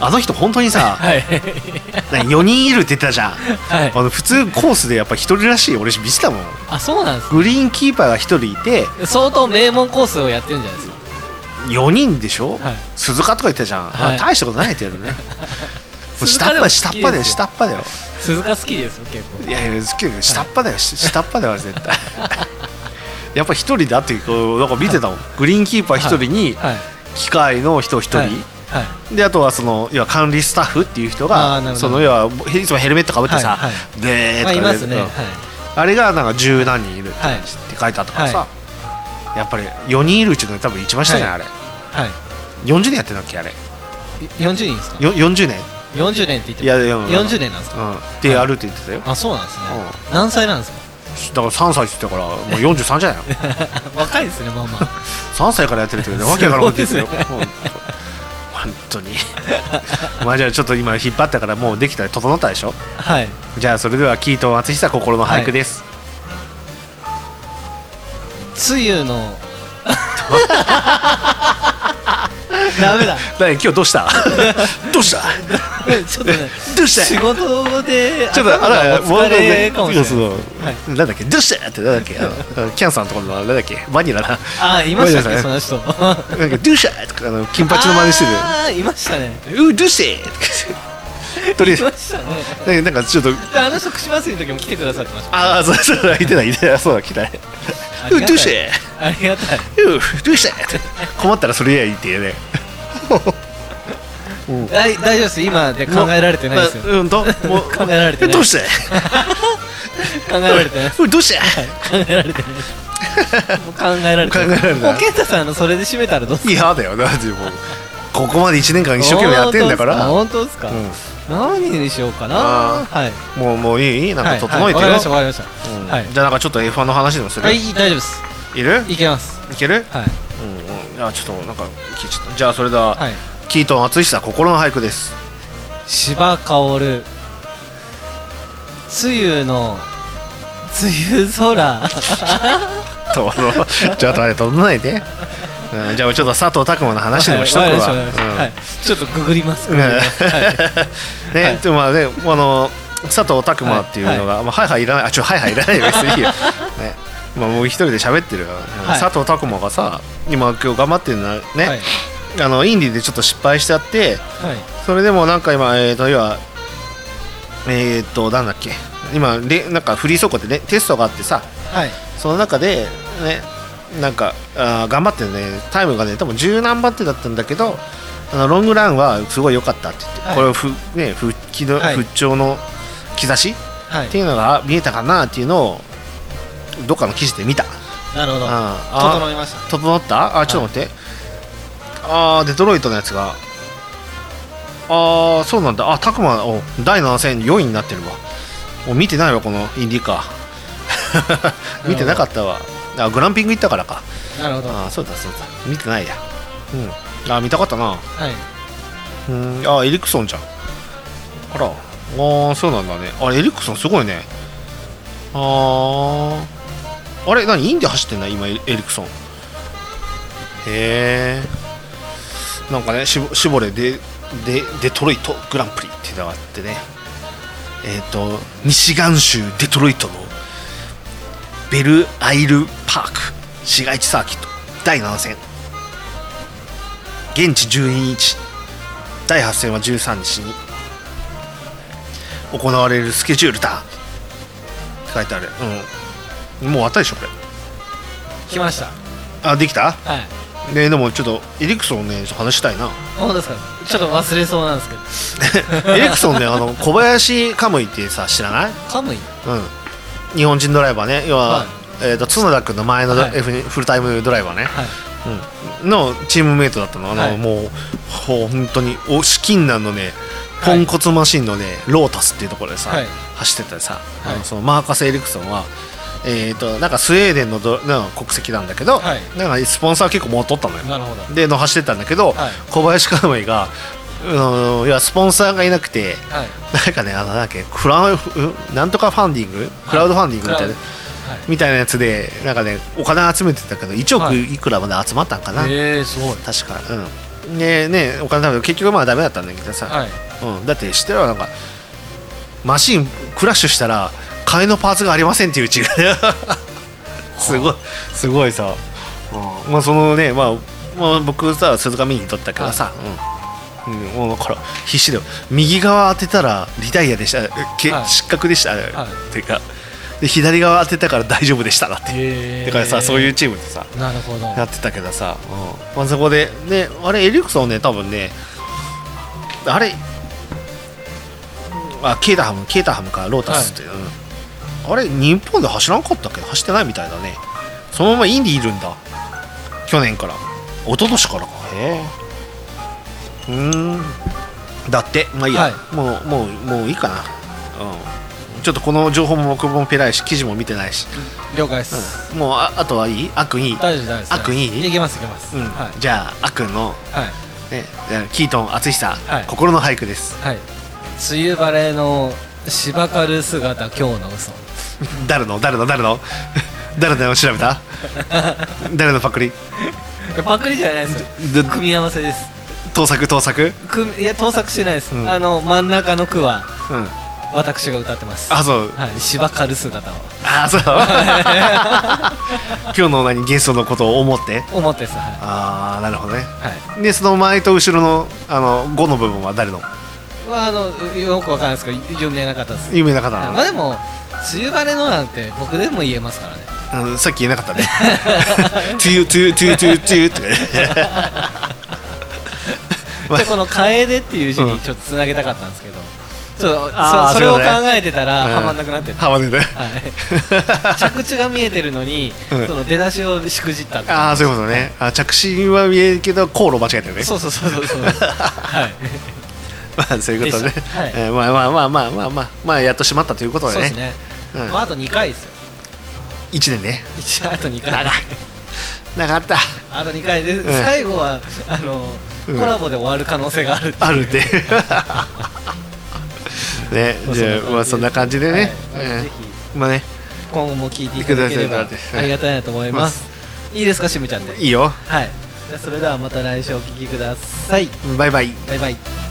Speaker 3: あの人本当にさ
Speaker 2: はい
Speaker 3: 4人いるって言ってたじゃん
Speaker 2: はい
Speaker 3: あの普通コースでやっぱ一人らしい俺見てたもん
Speaker 2: あそうなんで
Speaker 3: グリーンキーパーが一人いて
Speaker 2: す相当名門コースをやってるんじゃないですか
Speaker 3: 4人でしょ、
Speaker 2: はい
Speaker 3: 鈴鹿とか言ってたじゃん、
Speaker 2: はい
Speaker 3: 大したことないってや るねもう
Speaker 2: 鈴
Speaker 3: 下
Speaker 2: 鹿
Speaker 3: っ
Speaker 2: でも
Speaker 3: 端下っ端
Speaker 2: 好きで
Speaker 3: だよ
Speaker 2: すよ
Speaker 3: 下っ
Speaker 2: 鈴
Speaker 3: 端だよ
Speaker 2: 鹿好きですよ結構
Speaker 3: いやいや好きだよ下っ端だよし下っ端だよ絶対 やっぱ一人だってこうなんか見てたもん、グリーンキーパー一人に
Speaker 2: はい
Speaker 3: 機械の人一人、
Speaker 2: はいはい
Speaker 3: であとはその要は管理スタッフっていう人
Speaker 2: あーなる
Speaker 3: が
Speaker 2: ほど
Speaker 3: その要はいつもヘルメットかぶってさ、
Speaker 2: はい
Speaker 3: でー
Speaker 2: ま
Speaker 3: とか
Speaker 2: あ
Speaker 3: で
Speaker 2: いますね
Speaker 3: う
Speaker 2: はい
Speaker 3: んあれがなんか十何人いるって
Speaker 2: はい
Speaker 3: 書いてあったからさ、やっぱり4人いるうちの多分一番下じゃない、あ
Speaker 2: はい
Speaker 3: れ40年やってんだっけあれ
Speaker 2: い40人ですか
Speaker 3: よ40年
Speaker 2: 40年って言って
Speaker 3: いやいや
Speaker 2: 40年なんですか
Speaker 3: うん、でやるって言ってたよだか
Speaker 2: あそうなんですね何歳なんですから
Speaker 3: 3歳って言ってたからもう43じゃない の
Speaker 2: 若いですねまあまあ
Speaker 3: 3歳からやってるって言うけどわけわからんこと言ってたよ
Speaker 2: すごいで
Speaker 3: うん本当にまあじゃあちょっと今引っ張ったからもうできたら整ったでしょ
Speaker 2: はい
Speaker 3: じゃあそれではキートン淳久心の俳句です、
Speaker 2: つゆ のダメだ
Speaker 3: 何今日どうした どうした
Speaker 2: ちょっとね
Speaker 3: どうした
Speaker 2: 仕事で
Speaker 3: ちょっとあら
Speaker 2: 頭がお疲れかもしれない
Speaker 3: いなんだっけどうしたってなんだっけあのキャンさんのところのなんだっけバニラな
Speaker 2: あいました
Speaker 3: ご
Speaker 2: ね
Speaker 3: めん
Speaker 2: その
Speaker 3: な
Speaker 2: 人
Speaker 3: なんかどうしたとかあの金髪の真似してる
Speaker 2: あーいましたね
Speaker 3: うんどうしてとかとりあえ
Speaker 2: いましたね
Speaker 3: ずなんかちょっと
Speaker 2: であの人串祭りの時も来てくださってました
Speaker 3: ああそうそうそういてないいてないそうだ来たね
Speaker 2: あり
Speaker 3: うん
Speaker 2: がたい
Speaker 3: ど
Speaker 2: う
Speaker 3: して
Speaker 2: ありがたい
Speaker 3: うんどうしてって困ったらそれやいいって言うね
Speaker 2: 大大丈夫です今で考えられてないですよ
Speaker 3: あうんともう
Speaker 2: 考えられてない
Speaker 3: どうして
Speaker 2: 考えられてないです
Speaker 3: うんどうして
Speaker 2: 考えられてないですもう考えられてない
Speaker 3: 考えられな
Speaker 2: も
Speaker 3: い
Speaker 2: う健太さんのそれで締めたらどうす
Speaker 3: いやだよだってもうここまで一年間一生懸命やってんだから
Speaker 2: 本当ですか
Speaker 3: う
Speaker 2: 本当
Speaker 3: ん
Speaker 2: ですか何にしようかな
Speaker 3: あー
Speaker 2: はい
Speaker 3: もうもういいなんか整えて
Speaker 2: はいはいわか
Speaker 3: よ
Speaker 2: りましたわかりまし
Speaker 3: うん
Speaker 2: たはい
Speaker 3: じゃあなんかちょっと F1 の話でもする、
Speaker 2: はい大丈夫です
Speaker 3: いる
Speaker 2: いけます
Speaker 3: いける、
Speaker 2: はい
Speaker 3: うんうん、あちょっとなんか聞いちゃったじゃあそれでは、
Speaker 2: はい
Speaker 3: キートン淳さん心の俳 句です
Speaker 2: 芝薫梅雨の梅雨空
Speaker 3: とちょっとあれ整えて、うん、じゃあちょっと佐藤拓磨の話でもしとくわ、
Speaker 2: はいわかりました
Speaker 3: うん
Speaker 2: わかりましたはいちょっとググりますグ
Speaker 3: ね
Speaker 2: グりますはい
Speaker 3: ね、
Speaker 2: はい
Speaker 3: でもまあねあの佐藤拓磨っていうのが、まあ、はいはいいらないあちょはいはいいら ないよ別にいいよ、ねまあ、もう一人で喋ってるよ、
Speaker 2: い
Speaker 3: 佐藤拓磨がさ今今日頑張ってるのはね、
Speaker 2: はい
Speaker 3: あのインディでちょっと失敗しちゃって
Speaker 2: はい
Speaker 3: それでもなんか今えー、と要はえっ、ー、となんだっけ今でなんかフリー走行でねテストがあってさ
Speaker 2: はい
Speaker 3: その中でねなんかあー頑張ってねタイムがね多分十何番手だったんだけどあのロングランはすごい良かったって言って、
Speaker 2: はい
Speaker 3: これをふ、ね、復帰の、
Speaker 2: はい
Speaker 3: 復調の兆し
Speaker 2: はい
Speaker 3: っていうのが見えたかなっていうのをどっかの記事で見た
Speaker 2: なるほど
Speaker 3: あー
Speaker 2: 整いまし
Speaker 3: 整ったあちょっと待って、ああデトロイトのやつがああそうなんだあタクマお第7戦4位になってるわもう見てないわこのインディカー 見てなかったわあグランピング行ったからか
Speaker 2: たなるほどは
Speaker 3: あーそうだそうだ見てないやうんあー見たかったないうんあーエリクソンじゃんあらあーそうなんだねあれエリクソンすごいねあーあれ何インで走ってんだ今エリクソンへえんかねしぼ絞れででデトロイトグランプリっていうのがあってねえっ、とミシガン州デトロイトのベルアイルパーク市街地サーキット第7戦現地12日第8戦は13日に行われるスケジュールだって書いてあるうんもう終わったでしょこれ
Speaker 2: 来ました
Speaker 3: あできた
Speaker 2: はい
Speaker 3: ねでもちょっとエリクソンね話したい な
Speaker 2: 本当ですかちょっと忘れそうなんですけど
Speaker 3: エリクソンねあの小林カムイってさ知らない
Speaker 2: カムイ
Speaker 3: うん、日本人ドライバーね要は、
Speaker 2: はい
Speaker 3: えー、と角田君の前のド、
Speaker 2: はい
Speaker 3: F フルタイムドライバーね、
Speaker 2: はい
Speaker 3: うん、のチームメイトだったのあの、
Speaker 2: はい
Speaker 3: もうほう本当にお資金難のねポンコツマシンのね、ロータスっていうところでさ、
Speaker 2: はい
Speaker 3: 走ってたさ、
Speaker 2: はい
Speaker 3: あのそのマーカス・エリクソンは、えー、となんかスウェーデンのドなんか国籍なんだけど、
Speaker 2: はい
Speaker 3: なんかスポンサー結構もう取ったのよ
Speaker 2: なるほど
Speaker 3: での走ってたんだけど、
Speaker 2: はい
Speaker 3: 小林カムイが、うん、いやスポンサーがいなくて、
Speaker 2: はい
Speaker 3: なんかね、あの、なんか、クラウ、んなんとかファンディング、クラウドファンディングみたいな、みたいなやつで、なんかね、お金集めてたけど、1
Speaker 2: は
Speaker 3: 億
Speaker 2: い
Speaker 3: いくらまで集まったんかな。
Speaker 2: ええすごい
Speaker 3: 確か、うん。ね、ね、お金食べて、結局まあ、ダメだったんだけどさ、
Speaker 2: はい
Speaker 3: うん、だって、知ってるわ、なんか。マシンクラッシュしたら、替えのパーツがありませんってい う違い。すごい、すごいさ。うんまあ、そのね、まあ、まあ、僕さ、鈴鹿見に行っとったけどさ。うんうん、もうだから必死だよ右側当てたらリタイアでしたえけ、
Speaker 2: はい
Speaker 3: 失格でした、
Speaker 2: はい
Speaker 3: っていうかで左側当てたから大丈夫でしただって、
Speaker 2: へー
Speaker 3: だからさそういうチームでさ
Speaker 2: なるほど
Speaker 3: やってたけどさ、うんまあ、そこでであれエリクソンね多分ねあれあケータハムケータハムかロータスって、うんあれ日本で走らんかったっけ走ってないみたいだねそのままインディいるんだ去年から一昨年からかへえうーんだってまあいいや、
Speaker 2: はい
Speaker 3: もうもうもういいかなうんちょっとこの情報も僕もペラいし記事も見てないし、
Speaker 2: 了解です
Speaker 3: もうああとはいいあっくんいい
Speaker 2: 大丈夫大丈夫です
Speaker 3: あっくんいい
Speaker 2: いけますいけます
Speaker 3: うん
Speaker 2: はい
Speaker 3: じゃああっくんの、
Speaker 2: はい
Speaker 3: ね、じゃあキートン淳久、
Speaker 2: はい
Speaker 3: 心の俳句 です
Speaker 2: はい梅雨晴れの芝刈る姿今日の嘘
Speaker 3: 誰の誰の誰の 誰の調べた 誰のパクリ
Speaker 2: パクリじゃないです
Speaker 3: ど
Speaker 2: 組み合わせです
Speaker 3: 盗作盗作
Speaker 2: 組みいや盗作しないです、
Speaker 3: うん
Speaker 2: あの真ん中の句は
Speaker 3: うん
Speaker 2: 私が歌ってます
Speaker 3: あそう
Speaker 2: はい芝刈る姿を
Speaker 3: あ そう今日の何ゲストのことを思って
Speaker 2: 表ですは
Speaker 3: ああなるほどね
Speaker 2: い、は
Speaker 3: でその前と後ろのあの5の部分は誰の
Speaker 2: いまあ、あのよくわかんないですけど有名な方です
Speaker 3: 有名な方なの
Speaker 2: まあでも梅雨晴れのなんて僕でも言えますからね
Speaker 3: うん、さっき言えなかったね。 トゥートゥートゥートゥートゥーとかね。 まあ
Speaker 2: でこの「楓」っていう字
Speaker 3: う
Speaker 2: に
Speaker 3: ん
Speaker 2: ちょっとつなげたかったんですけどちょっと
Speaker 3: あー
Speaker 2: そそれを
Speaker 3: そ
Speaker 2: 考
Speaker 3: うだね
Speaker 2: えてたら
Speaker 3: うん
Speaker 2: はまんなくなってた、
Speaker 3: ハマねね。
Speaker 2: はい、着地が見えてるのに、
Speaker 3: うん
Speaker 2: その出だしをしくじったっていう
Speaker 3: ああ、そういうことね。あ着信は見えるけど、航路間違えたよね。
Speaker 2: そうそうそうそうそうはい
Speaker 3: まあ、そういうことね。
Speaker 2: でしたはい
Speaker 3: えーまあまあまあまあまあまあ、まあ、やっとしまったということで
Speaker 2: そう
Speaker 3: ね。
Speaker 2: ですね、
Speaker 3: うん
Speaker 2: まあ、あと2回 ですよ
Speaker 3: 一年ね。
Speaker 2: 一あと2回
Speaker 3: 長い。長かった。
Speaker 2: あと2回で、
Speaker 3: ん
Speaker 2: 最後はあの、
Speaker 3: うん
Speaker 2: コラボで終わる可能性がある
Speaker 3: あ るって。ね、
Speaker 2: まあ
Speaker 3: じゃあ、まあ、そんな感じでね。
Speaker 2: はい
Speaker 3: うん
Speaker 2: ぜ
Speaker 3: まあね、
Speaker 2: 今後も聞いていただければ
Speaker 3: 見てください
Speaker 2: ありがたいなと思いますいいですかしむちゃんで
Speaker 3: いいよ。
Speaker 2: はいじゃあそれではまた来週お聞きください
Speaker 3: バイバイ。
Speaker 2: バイバイ